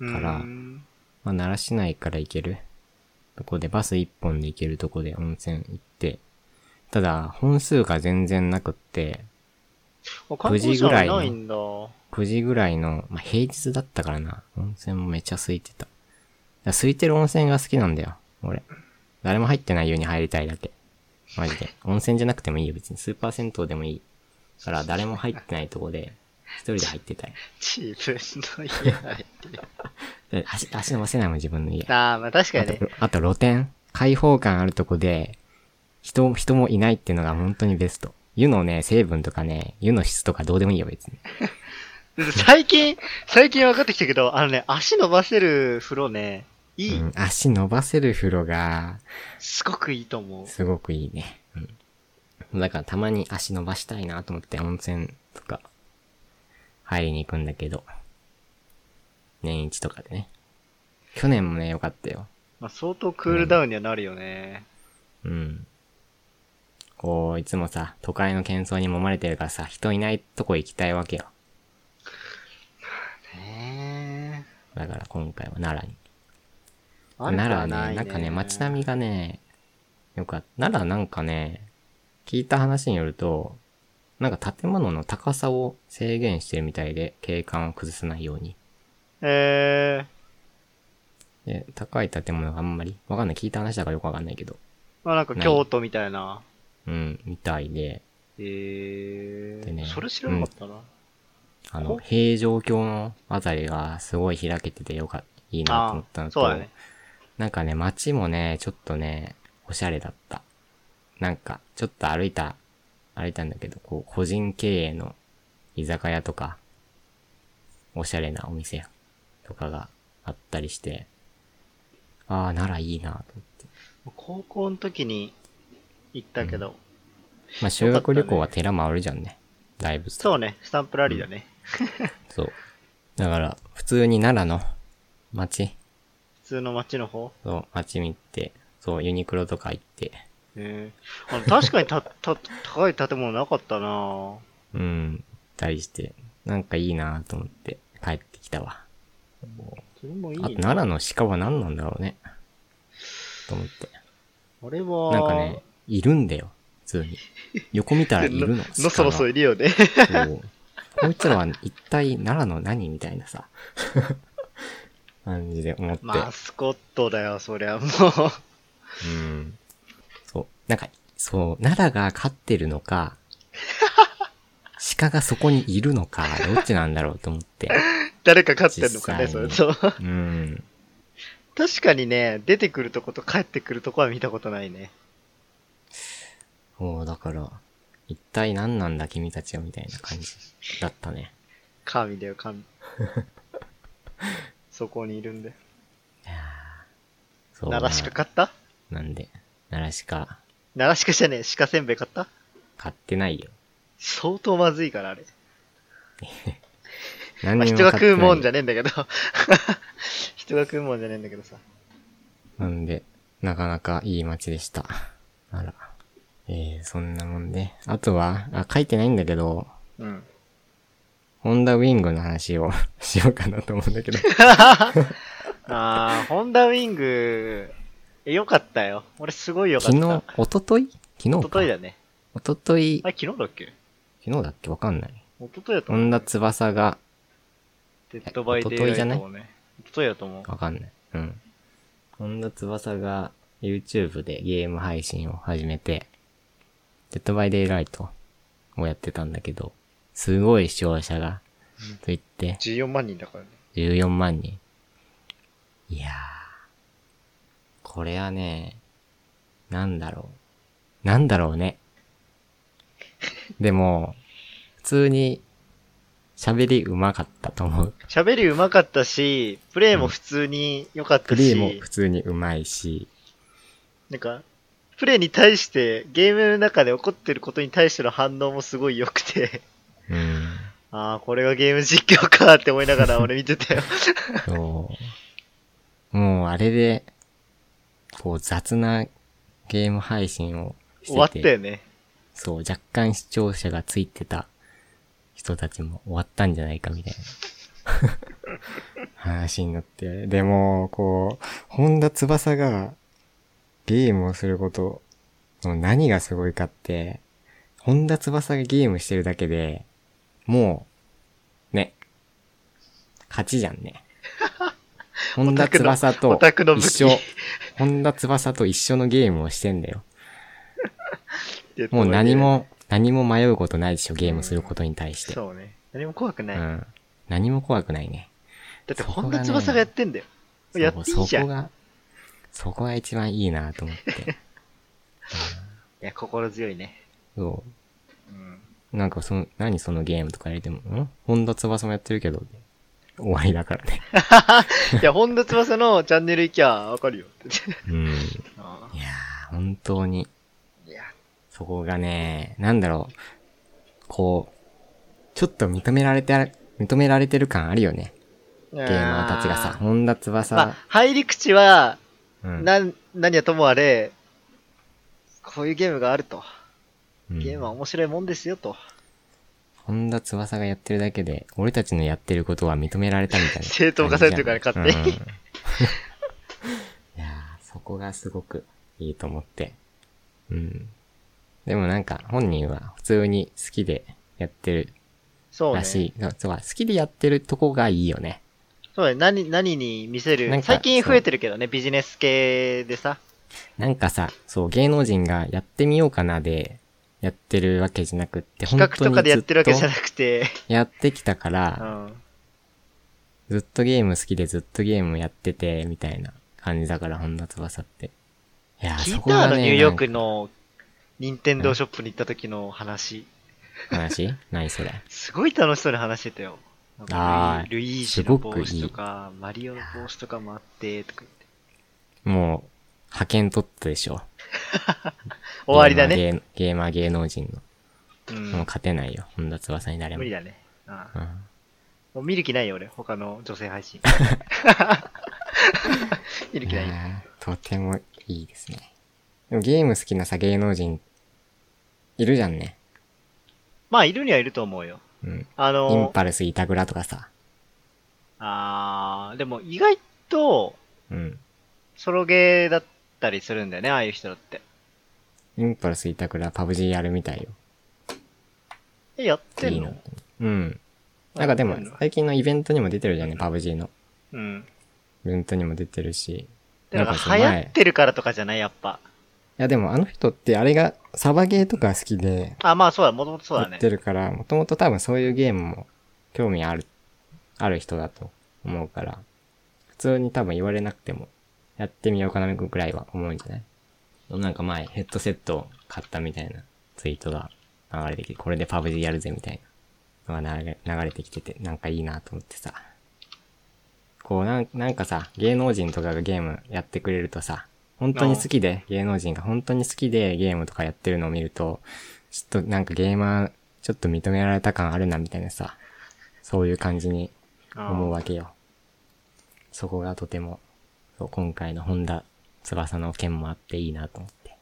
Speaker 1: から
Speaker 2: うーん
Speaker 1: まあ、奈良市内から行けるとこで、バス一本で行けるとこで温泉行って、ただ、本数が全然なくって、
Speaker 2: あ観光
Speaker 1: 9時ぐ
Speaker 2: 者
Speaker 1: らい
Speaker 2: は
Speaker 1: の
Speaker 2: ないんだ。
Speaker 1: 9時ぐらいの、まあ、平日だったからな、温泉もめっちゃ空いてた。だから空いてる温泉が好きなんだよ、俺。誰も入ってない湯に入りたいだけ。マジで。温泉じゃなくてもいいよ、別に。スーパー銭湯でもいい。だから、誰も入ってないとこで、一人で入ってたい。
Speaker 2: 自分の家入って。
Speaker 1: だって足、足伸ばせないもん、自分の家。
Speaker 2: ああ、まあ確か
Speaker 1: あ
Speaker 2: にね。
Speaker 1: と、あと露店。開放感あるとこで、人、人もいないっていうのが本当にベスト。湯のね、成分とかね、湯の質とかどうでもいいよ、別に。
Speaker 2: 最近、最近分かってきたけど、あのね、足伸ばせる風呂ね、いい。
Speaker 1: うん、足伸ばせる風呂が、
Speaker 2: すごくいいと思う。
Speaker 1: すごくいいね。うん。だからたまに足伸ばしたいなと思って温泉とか入りに行くんだけど、年一とかでね。去年もね、良かったよ。
Speaker 2: まあ、相当クールダウンにはなるよね。
Speaker 1: うん。こう、いつもさ、都会の喧騒に揉まれてるからさ、人いないとこ行きたいわけよ。
Speaker 2: ねえ。
Speaker 1: だから今回は奈良に。
Speaker 2: 悪く
Speaker 1: 奈良
Speaker 2: は
Speaker 1: ね
Speaker 2: い
Speaker 1: なんかね、街並みがね、よかった。奈良なんかね、聞いた話によると、なんか建物の高さを制限してるみたいで、景観を崩さないように。
Speaker 2: ええ
Speaker 1: で、高い建物があんまり、わかんない。聞いた話だからよくわかんないけど。
Speaker 2: まあなんか京都みたいな。
Speaker 1: うん、みたいで、
Speaker 2: ええ
Speaker 1: でね
Speaker 2: それ知らなかったな。
Speaker 1: あ
Speaker 2: お
Speaker 1: の、平城京のあたりがすごい開けててよかった、いいなと思った
Speaker 2: あ
Speaker 1: の
Speaker 2: あ、
Speaker 1: と、
Speaker 2: そうだね。
Speaker 1: なんかね、街もね、ちょっとね、おしゃれだった。なんか、ちょっと歩いた、歩いたんだけど、こう、個人経営の居酒屋とか、おしゃれなお店とかがあったりして、ああ、ならいいなと思って。
Speaker 2: 高校の時に行ったけど、
Speaker 1: まあ、修学旅行は寺回るじゃんね。大仏とか
Speaker 2: そうね、スタンプラリーだね。
Speaker 1: そう。だから、普通に奈良の街、
Speaker 2: 普通の街の方。
Speaker 1: そう、街見て、そう、ユニクロとか行って、
Speaker 2: ええあの確かにた、た、高い建物なかったな
Speaker 1: うん、行ったりして、なんかいいなと思って帰ってきたわ。
Speaker 2: それもいい
Speaker 1: あと
Speaker 2: な
Speaker 1: 奈良の鹿は何なんだろうね。と思って。
Speaker 2: あれは、
Speaker 1: なんかね、いるんだよ。普通に。横見たらいるの。
Speaker 2: ののそろそろ
Speaker 1: い
Speaker 2: いるよね。
Speaker 1: こいつらは一体奈良の何みたいなさ。 感じで思って。
Speaker 2: マスコットだよ、そりゃもう。
Speaker 1: うん。そう。なんか、そう、奈良が飼ってるの か、鹿がそこにいるのか、どっちなんだろうと思って。
Speaker 2: 誰か飼ってんのかね、
Speaker 1: 実
Speaker 2: そ
Speaker 1: 際
Speaker 2: れ
Speaker 1: に
Speaker 2: と。
Speaker 1: うん。
Speaker 2: 確かにね、出てくるとこと帰ってくるとこは見たことないね。
Speaker 1: そう、だから、一体何なんだ君たちはみたいな感じだったね。
Speaker 2: 神だよ、神。 そこにいるんで。
Speaker 1: そう。
Speaker 2: 奈良鹿買った
Speaker 1: なんで、奈良鹿
Speaker 2: 奈良鹿じゃねえ、鹿せんべい買った
Speaker 1: 買ってないよ。
Speaker 2: 相当まずいから、あれ。
Speaker 1: 何
Speaker 2: まあ、
Speaker 1: にも
Speaker 2: 人が
Speaker 1: 買ってない
Speaker 2: 食
Speaker 1: う
Speaker 2: もんじゃねえんだけど。 人が食うもんじゃねえんだけどさ。
Speaker 1: なんで、なかなかいい街でした。あら。えー、そんなもんで。あとは、あ、書いてないんだけど、
Speaker 2: うん。
Speaker 1: ホンダウィングの話を しようかなと思うんだ けど。
Speaker 2: あー、ホンダウィング、えよかったよ。俺すごいよかっ
Speaker 1: 昨
Speaker 2: た。
Speaker 1: 日、おととい昨日
Speaker 2: 一
Speaker 1: か
Speaker 2: 昨日。だね。
Speaker 1: おととい
Speaker 2: あ、、昨日だっけ
Speaker 1: 昨日だっけわかんない。
Speaker 2: 一昨日だと
Speaker 1: ホ
Speaker 2: 思う。
Speaker 1: ンダ翼が、
Speaker 2: デッドバイデイライトもね。一昨日だと思う。
Speaker 1: わかんない。うん。本田翼が YouTube でゲーム配信を始めて、デッドバイデイライトをやってたんだけど、すごい視聴者が、と言って、
Speaker 2: 14万人だからね。
Speaker 1: 14万人。いやー。これはね、なんだろう。なんだろうね。でも、普通に喋り上手かったと思う。
Speaker 2: 喋り上手かったし、プレイも普通に良かっ
Speaker 1: プ
Speaker 2: た
Speaker 1: レイ
Speaker 2: し、
Speaker 1: も普通に上手いし、
Speaker 2: なんか、プレイに対して、ゲームの中で起こってることに対しての反応もすごい良くて、
Speaker 1: うん。
Speaker 2: ああ、これがゲーム実況かって思いながら俺見 てたよ。
Speaker 1: そう。もうあれで、こう雑なゲーム配信をしてて
Speaker 2: 終わったよね。
Speaker 1: そう、若干視聴者がついてた人たちも終わったんじゃないかみたい な話になって。でも、こう、本田翼がゲームをすることの何がすごいかって、本田翼がゲームしてるだけで、もう、ね、勝ちじゃんね。本田翼
Speaker 2: オ
Speaker 1: と
Speaker 2: タクの武器
Speaker 1: 一緒、本田翼と一緒のゲームをしてんだよ。
Speaker 2: 言って
Speaker 1: もう何
Speaker 2: いいね
Speaker 1: も、何も迷うことないでしょ、ゲームすることに対して。
Speaker 2: そうね。何も怖く
Speaker 1: う
Speaker 2: ない。だ
Speaker 1: ん。何も怖くないね。
Speaker 2: って、
Speaker 1: そこが
Speaker 2: 本
Speaker 1: ね
Speaker 2: 田翼がやってんだよ。やっていいじゃ
Speaker 1: そこ
Speaker 2: ん。い
Speaker 1: が、そこが一番いいなと思 って。
Speaker 2: や、心強いね。
Speaker 1: そ
Speaker 2: うん。
Speaker 1: う。なんかその、何そのゲームとか入れても、ん本田翼もやってるけど、終わりだから ね。
Speaker 2: いや、本田翼のチャンネル行きゃわかるよ。
Speaker 1: うん。いや
Speaker 2: あ
Speaker 1: ー、本当に、
Speaker 2: ーいや、
Speaker 1: そこがね、なんだろう。こう、ちょっと認められてある、認められてる感あるよね。
Speaker 2: ゲ
Speaker 1: ゲーマーたちがさ、。本田
Speaker 2: まあ
Speaker 1: 翼、、
Speaker 2: 入り口は、
Speaker 1: うん、
Speaker 2: な、何はともあれ、こういうゲームがあると。
Speaker 1: うん
Speaker 2: ゲームは面白いもんですよと。
Speaker 1: 本田翼がやってるだけで、俺たちのやってることは認められたみたいな。
Speaker 2: 正当化されてるから勝手に
Speaker 1: うんい やー、そこがすごくいいと思って。うん。でもなんか、本人は普通に好きでやってる
Speaker 2: そうね。
Speaker 1: らしい。そうか好きでやってるとこがいいよね。
Speaker 2: そうね。何、何に見せ
Speaker 1: なん
Speaker 2: る
Speaker 1: か
Speaker 2: 最近増えてるけどね、ビジネス系でさ。
Speaker 1: なんかさ、そう、芸能人がやってみようかなで、やってるわけじゃなくって、本
Speaker 2: 企画
Speaker 1: 当
Speaker 2: と
Speaker 1: に
Speaker 2: かでやってるわけじゃな
Speaker 1: ずっ
Speaker 2: くて。
Speaker 1: とやってきたか
Speaker 2: う
Speaker 1: ら、
Speaker 2: ん。
Speaker 1: ずっとゲーム好きでずっとゲームやってて、みたいな感じだから、本田翼って。いやー、
Speaker 2: 聞
Speaker 1: そ
Speaker 2: い
Speaker 1: こ
Speaker 2: たあ
Speaker 1: が
Speaker 2: の、
Speaker 1: ね、
Speaker 2: ニューヨーク
Speaker 1: なん
Speaker 2: の、任天堂ショップに行った時の話。
Speaker 1: か話 ないそれ。
Speaker 2: すごい楽しそうに話してたよ。な
Speaker 1: あ
Speaker 2: んか
Speaker 1: ー
Speaker 2: ルイージの帽子とか、マリオの帽子とかもあって、とか言って。
Speaker 1: もう、派遣取ったでしょ。
Speaker 2: 終わりだね。
Speaker 1: ゲーマーゲー。ゲーマー芸能人の。
Speaker 2: うん
Speaker 1: もう。勝てないよ。本田翼に誰も。
Speaker 2: 無理だね。うん
Speaker 1: うん。
Speaker 2: もう見る気ないよ、俺。他の女性 配信。見る気ない
Speaker 1: い
Speaker 2: よ。
Speaker 1: やーとてもいいですね。でもゲーム好きなさ、芸能人、いるじゃんね。
Speaker 2: まあ、いるにはいると思うよ。
Speaker 1: うん。
Speaker 2: あ
Speaker 1: イン
Speaker 2: の、
Speaker 1: パルス板倉とかさ。
Speaker 2: あー、でも意外と、
Speaker 1: うん。
Speaker 2: ソロゲーだったりするんだよね、ああいう人だって。
Speaker 1: インパルス板倉パブ G やるみたいよ。
Speaker 2: え、やって
Speaker 1: いい
Speaker 2: ん
Speaker 1: な
Speaker 2: の。
Speaker 1: うん。なんかでも
Speaker 2: やってんの、
Speaker 1: 最近のイベントにも出てるじゃんね、パブ G の。
Speaker 2: うん。
Speaker 1: イベントにも出てるし。
Speaker 2: でなん
Speaker 1: なんかその
Speaker 2: か流
Speaker 1: 前
Speaker 2: 行ってるからとかじゃない、やっぱ。
Speaker 1: いやでもあの人ってあれが、サバゲーとか好きで、
Speaker 2: あ、まあそうだ、もともとそう
Speaker 1: や
Speaker 2: だ
Speaker 1: っ
Speaker 2: ね
Speaker 1: て。るから、もともと多分そういうゲームも興味ある、ある人だと思うから、普通に多分言われなくても、やってみようかなぐらいは思うんじゃないなんか前、ヘッドセットを買ったみたいなツイートが流れてきて、これでパブ G やるぜみたいなのが流れ流れてきてて、なんかいいなと思ってさ。こうなん、なんかさ、芸能人とかがゲームやってくれるとさ、本当に好きで、芸能人が本当に好きでゲームとかやってるのを見ると、ちょっとなんかゲーマー、ちょっと認められた感あるなみたいなさ、そういう感じに思う
Speaker 2: うん
Speaker 1: わけよ。そこがとても、そう今回の本田翼の件もあっていいなと思って。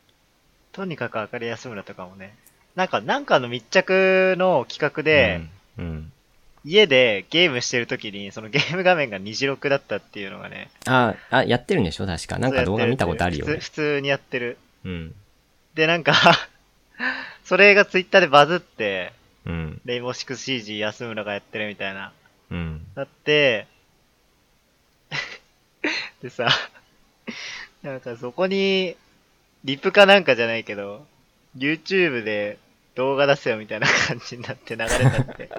Speaker 2: とにかく明るい安村とかもね。なんか、なんかの密着の企画で、
Speaker 1: うん、うん。
Speaker 2: 家でゲームしてる時に、そのゲーム画面が虹六だったっていうのがね。
Speaker 1: あ、あ、やってるんでしょ確か。なんか動画見たことあるよ
Speaker 2: 普通
Speaker 1: ね
Speaker 2: 普。通にやってる。
Speaker 1: うん。
Speaker 2: で、なんか、 それがツイッターでバズって、
Speaker 1: うん。
Speaker 2: レインボーシックス CG 安村がやってるみたいな。
Speaker 1: うん。
Speaker 2: だって、 でさ、なんかそこに、リプかなんかじゃないけど、YouTube で動画出せよみたいな感じになって流れに なって。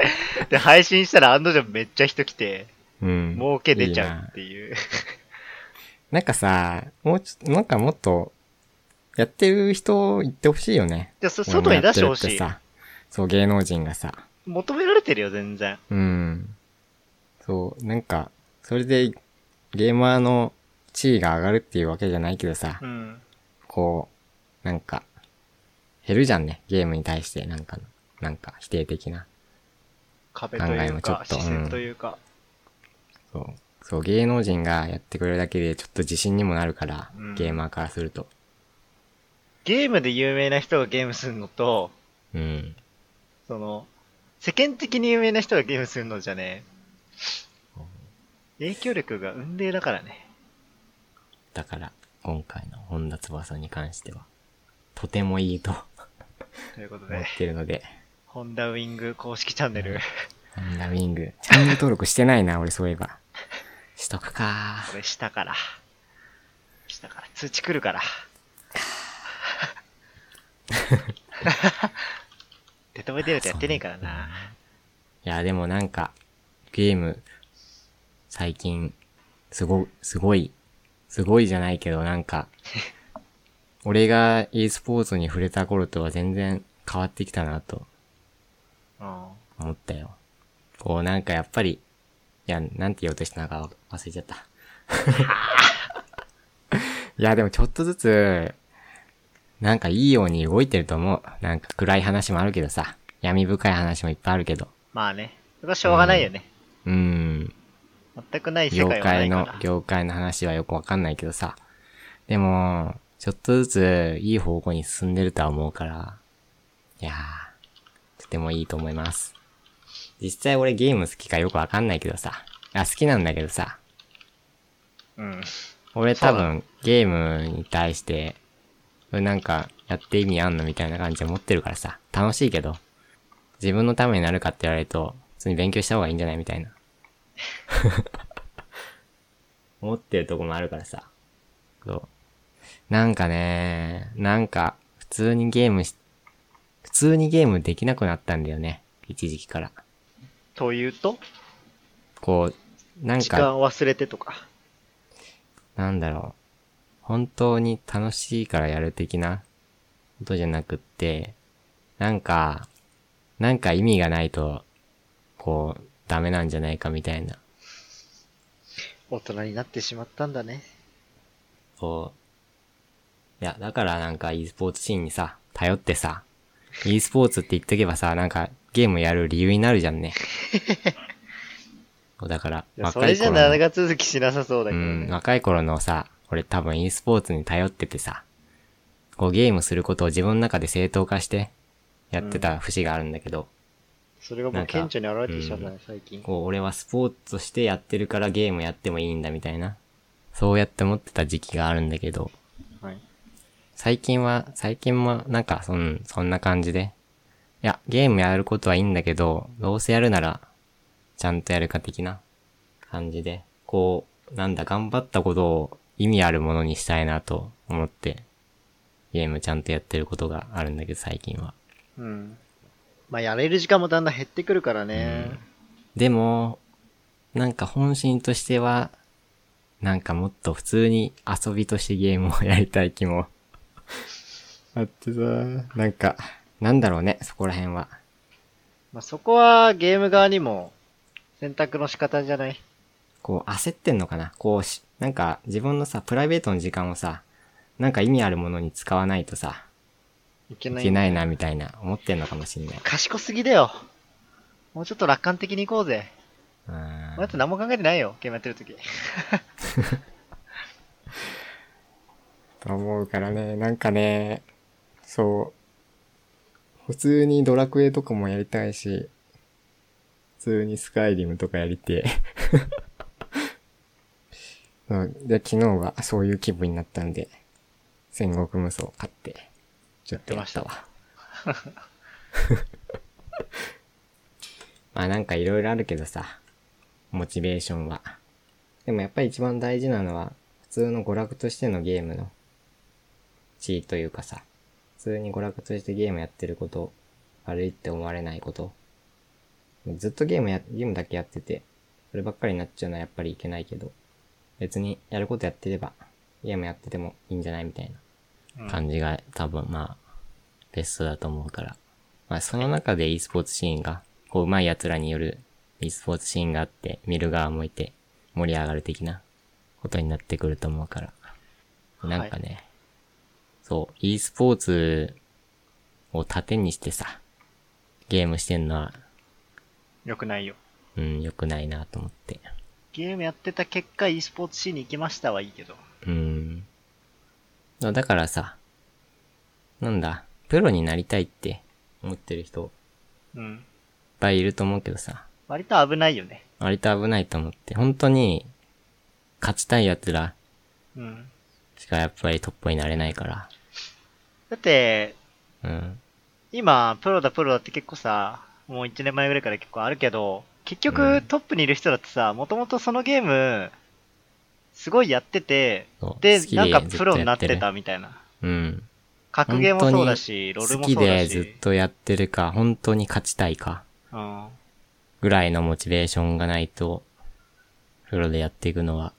Speaker 2: で、配信したら案の定めっちゃ人来て、
Speaker 1: うん。
Speaker 2: 儲け出ち
Speaker 1: いい
Speaker 2: ゃう
Speaker 1: な
Speaker 2: っていう。
Speaker 1: なんかさ、もうちょなんかもっと、やってる人言ってほしいよね。
Speaker 2: で、そ外に出してほ
Speaker 1: 俺もやっ
Speaker 2: し
Speaker 1: てるって
Speaker 2: い。
Speaker 1: さそう、芸能人がさ。
Speaker 2: 求められてるよ、全然。
Speaker 1: うん。そう、なんか、それで、ゲーマーの地位が上がるっていうわけじゃないけどさ、
Speaker 2: うん。
Speaker 1: こう、なんか、減るじゃんね、ゲームに対して、なんかの、なんか否定的な。
Speaker 2: 壁とい
Speaker 1: 考え
Speaker 2: う
Speaker 1: もちょ
Speaker 2: か
Speaker 1: っ、と
Speaker 2: 視線というか。
Speaker 1: そう。そう、芸能人がやってくれるだけで、ちょっと自信にもなるから、
Speaker 2: うん
Speaker 1: ゲーマーからすると。
Speaker 2: ゲームで有名な人がゲームするのと、
Speaker 1: うん。
Speaker 2: その、世間的に有名な人がゲームするのじゃね、影響力が雲泥だからね。
Speaker 1: だから、今回の本田翼に関しては、とてもいいと
Speaker 2: ということ
Speaker 1: 思っ
Speaker 2: で、
Speaker 1: てるので、
Speaker 2: ホンダウィング公式チャンネル、
Speaker 1: ホンダウィング、チャンネル登録してないな、俺そういえば。しとくか
Speaker 2: こ。れ下から。下から。通知来るから。デトボイ出るとやってねえからな。
Speaker 1: いや、でもなんか、ゲーム、最近、すご、すごい、すごいじゃないけど、なんか、俺が e スポーツに触れた頃とは全然変わってきたなと
Speaker 2: うん。
Speaker 1: 思ったよ。こう、なんかやっぱり、いや、なんて言おうとしたのか忘れちゃった。いや、でもちょっとずつ、なんかいいように動いてると思う。なんか暗い話もあるけどさ、闇深い話もいっぱいあるけど。
Speaker 2: まあね。それはしょうがないよね。
Speaker 1: うーん。
Speaker 2: 全くない世
Speaker 1: 業
Speaker 2: 界はな
Speaker 1: 界
Speaker 2: い
Speaker 1: の
Speaker 2: か、
Speaker 1: 業界の話はよくわかんないけどさ。でも、ちょっとずついい方向に進んでるとは思うから、いやー、とてもいいと思います。実際俺ゲーム好きかよくわかんないけどさ。あ、好きなんだけどさ。
Speaker 2: ら。うん。
Speaker 1: 俺多分ゲームに対して、これなんかやって意味あんのみたいな感じで持ってるからさ。楽しいけど、自分のためになるかって言われると、普通に勉強した方がいいんじゃないみたいな。思ってるとこもあるからさ。そう。なんかね、なんか、普通にゲームし、普通にゲームできなくなったんだよね。一時期から。
Speaker 2: というと、
Speaker 1: こう、なん
Speaker 2: 時
Speaker 1: か、
Speaker 2: 間を忘れてとか。
Speaker 1: なんだろう。本当に楽しいからやる的なことじゃなくって、なんか、なんか意味がないと、こう、ダメなんじゃないかみたいな。
Speaker 2: 大人になってしまったんだね。
Speaker 1: こう。いや、だからなんか e スポーツシーンにさ、頼ってさ、e スポーツって言っとけばさ、なんかゲームやる理由になるじゃん ね。そうだから、
Speaker 2: いやそ
Speaker 1: 若
Speaker 2: れ
Speaker 1: い
Speaker 2: じゃ
Speaker 1: 頃の
Speaker 2: 長続きしなさそうだ
Speaker 1: う
Speaker 2: けど
Speaker 1: ん、
Speaker 2: ね。
Speaker 1: 若い頃のさ、俺多分 e スポーツに頼っててさ、こうゲームすることを自分の中で正当化してやってた節があるんだけど、
Speaker 2: それがもう顕著に現れてきちゃったね、最近。
Speaker 1: こう俺はスポーツとしてやってるからゲームやってもいいんだみたいな、そうやって思ってた時期があるんだけど、
Speaker 2: はい。
Speaker 1: 最近は、最近もなんかそん、そんな感じで、いや、ゲームやることはいいんだけど、どうせやるなら、ちゃんとやるか的な感じで、こう、なんだ、頑張ったことを意味あるものにしたいなと思って、ゲームちゃんとやってることがあるんだけど、最近は。
Speaker 2: うん。まあ、やれる時間もだんだん減ってくるからね。
Speaker 1: でも、なんか本心としては、なんかもっと普通に遊びとしてゲームをやりたい気も、 あってさ、なんか、なんだろうね、そこら辺は。
Speaker 2: まあ、そこはゲーム側にも選択の仕方じゃない
Speaker 1: こう焦ってんのかなこうし、なんか自分のさ、プライベートの時間をさ、なんか意味あるものに使わないとさ、
Speaker 2: いけ
Speaker 1: い
Speaker 2: ない。
Speaker 1: けないなみたいな思ってんのかもしんない。
Speaker 2: 賢すぎだよ。もうちょっと楽観的に行こうぜ。
Speaker 1: うーん
Speaker 2: だって何も考えてないよ、ゲームやってる時。
Speaker 1: と思うからね、なんかね、そう、普通にドラクエとかもやりたいし、普通にスカイリムとかやりてえ そうで、昨日はそういう気分になったんで、戦国無双買って、ちょっとやったわ。 まあなんかいろいろあるけどさ、モチベーションは。でもやっぱり一番大事なのは、普通の娯楽としてのゲームの地位というかさ、普通に娯楽としてゲームやってること、悪いって思われないこと。ずっとゲームや、ゲームだけやってて、そればっかりになっちゃうのはやっぱりいけないけど、別にやることやってれば、ゲームやっててもいいんじゃないみたいな。
Speaker 2: うん
Speaker 1: 感じが多分まあ、ベストだと思うから。まあその中で e スポーツシーンが、こう上手い奴らによる e スポーツシーンがあって、見る側もいて盛り上がる的なことになってくると思うから。なんかね、そう、e スポーツを盾にしてさ、ゲームしてんのは、
Speaker 2: よくないよ。
Speaker 1: うん、良くないなと思って。
Speaker 2: ゲームやってた結果、e スポーツシーンに行きましたはいいけど。
Speaker 1: うん。だだからさ、なんだ、プロになりたいって思ってる人
Speaker 2: う
Speaker 1: い
Speaker 2: ん。
Speaker 1: っぱいいると思うけどさ、
Speaker 2: 割と危ないよね。
Speaker 1: 割と危ないと思って、本当に、勝ちたい奴ら
Speaker 2: うん。
Speaker 1: しかやっぱりトップになれないから、
Speaker 2: だって、
Speaker 1: うん。
Speaker 2: 今、プロだプロだって結構さ、もう1年前ぐらいから結構あるけど、結
Speaker 1: う
Speaker 2: 局
Speaker 1: ん
Speaker 2: トップにいる人だってさ、もともとそのゲームすごいやってて、
Speaker 1: そう
Speaker 2: で
Speaker 1: 好、き
Speaker 2: なんかプ
Speaker 1: ず
Speaker 2: ロに
Speaker 1: とや
Speaker 2: なって
Speaker 1: る
Speaker 2: たみたいな。
Speaker 1: うん。
Speaker 2: 格ゲーもそうだし、ロール
Speaker 1: 好
Speaker 2: も
Speaker 1: き
Speaker 2: そう
Speaker 1: で
Speaker 2: だ
Speaker 1: ず
Speaker 2: し
Speaker 1: っ。とやってるか、本当に勝ちたいか、
Speaker 2: うん。
Speaker 1: ぐらいのモチベーションがないと、プロでやっていくのは、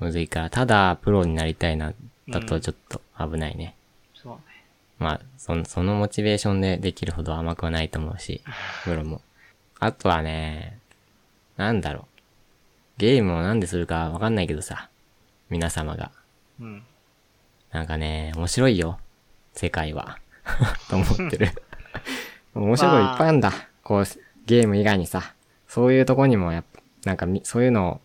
Speaker 1: むずいから、ただ、プロになりたいな、だ
Speaker 2: う
Speaker 1: と
Speaker 2: ん
Speaker 1: ちょっと危ないね。
Speaker 2: そうね。
Speaker 1: まあ、その、そのモチベーションでできるほど甘くはないと思う し、プロも。あとはね、なんだろう。ゲームをなんでするかわかんないけどさ、皆様が。
Speaker 2: うん。
Speaker 1: なんかね、面白いよ。世界は。 と思って る。面白いこといっぱいあるんだ。こう、ゲーム以外にさ。そういうとこにもやっぱ、なんかみ、そういうのを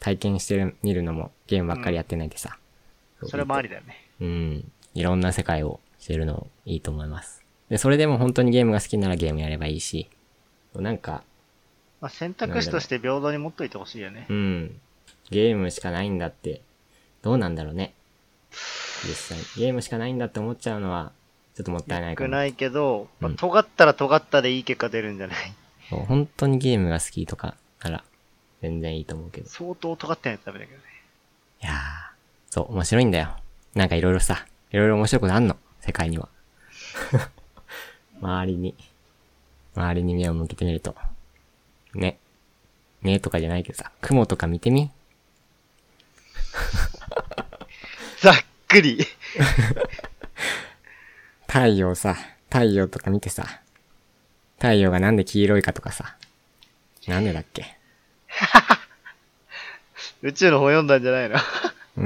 Speaker 1: 体験してる、見るのも、ゲームばっかりやってないでさ。
Speaker 2: それもありだよね。
Speaker 1: うん。いろんな世界を知るのいいと思います。で、それでも本当にゲームが好きならゲームやればいいし、なんか、
Speaker 2: まあ、選択肢として平等に持っといてほしいよね
Speaker 1: う。ん。ゲームしかないんだって、どうなんだろうね。実際、ゲームしかないんだって思っちゃうのは、ちょっともったいない
Speaker 2: 良
Speaker 1: か
Speaker 2: く
Speaker 1: な。
Speaker 2: ないけど、まあ
Speaker 1: うん
Speaker 2: 尖ったら尖ったでいい結果出るんじゃない
Speaker 1: そう本当にゲームが好きとかなら、全然いいと思うけど。い
Speaker 2: 相当尖ってないとダメだけどね。
Speaker 1: やー、そう、面白いんだよ。なんかいろいろさ、いろいろ面白いことあんの、世界には。周りに、周りに目を向けてみると。ね。ねとかじゃないけどさ、雲とか見てみ
Speaker 2: ざっくり。
Speaker 1: 太陽さ、太陽とか見てさ、太陽がなんで黄色いかとかさ、なんでだっけ
Speaker 2: 宇宙の本読んだんじゃないの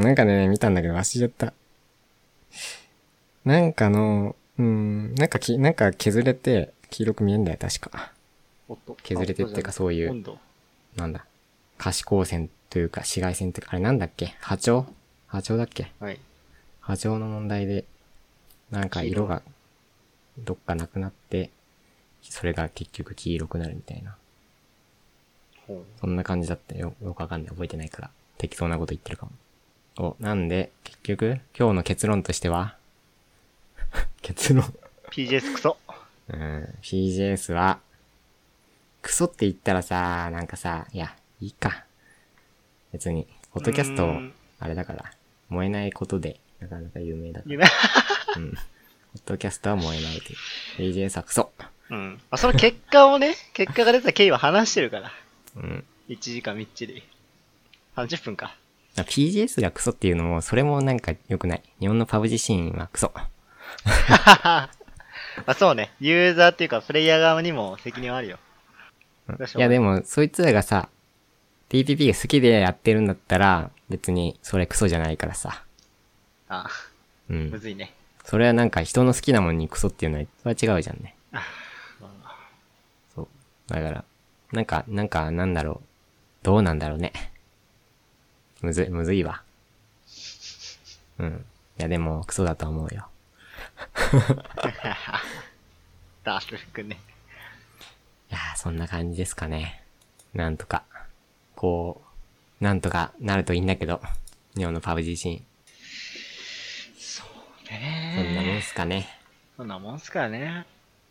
Speaker 1: なんかね、見たんだけど忘れちゃった。なんかの、うん、なんかき、なんか削れて、黄色く見えんだよ、確か。
Speaker 2: おっと
Speaker 1: 削れてっていうかそういう
Speaker 2: 温度。
Speaker 1: なんだ。可視光線というか、紫外線というか、あれなんだっけ波長波長だっけ
Speaker 2: はい。
Speaker 1: 波長の問題で、なんか色が、どっかなくなって、それが結局黄色くなるみたいな。
Speaker 2: ほ
Speaker 1: そんな感じだったよ。よくわかんない。覚えてないから。適当なこと言ってるかも。お、なんで、結局、今日の結論としては 結論。
Speaker 2: う PJS クソ。
Speaker 1: うん。PJS は、クソって言ったらさ、なんかさ、いや、いいか。別に、ポッドキャス
Speaker 2: う
Speaker 1: ト
Speaker 2: ん、
Speaker 1: あれだから、燃えないことで、なかなか有名だから。
Speaker 2: 夢。
Speaker 1: うん。ポッドキャストは燃えないという。PJS はクソ。
Speaker 2: うん。あ、その結果をね、結果が出た経緯は話してるから。
Speaker 1: うん。
Speaker 2: 1時間みっちり。30分か。
Speaker 1: あ PJS がクソっていうのも、それもなんか良くない。日本のパブ自身はクソ。
Speaker 2: あ、そうね。ユーザーっていうか、プレイヤー側にも責任はあるよ。だし
Speaker 1: いやでも、そいつらがさ、PPP が好きでやってるんだったら、別にそれクソじゃないからさ。
Speaker 2: あ、
Speaker 1: う
Speaker 2: む
Speaker 1: ん。
Speaker 2: ずいね。
Speaker 1: それはなんか人の好きなものにクソっていうのは、それは違うじゃんね。そう。だから、なんか、なんか、なんだろう。どうなんだろうね。むずい、むずいわ。うん。いやでも、クソだと思うよ。
Speaker 2: ダークくんね。
Speaker 1: いやー、そんな感じですかね。なんとか。こう、なんとかなるといいんだけど、日本のパブ自身。そんなもんすかね。
Speaker 2: そんなもんすからね。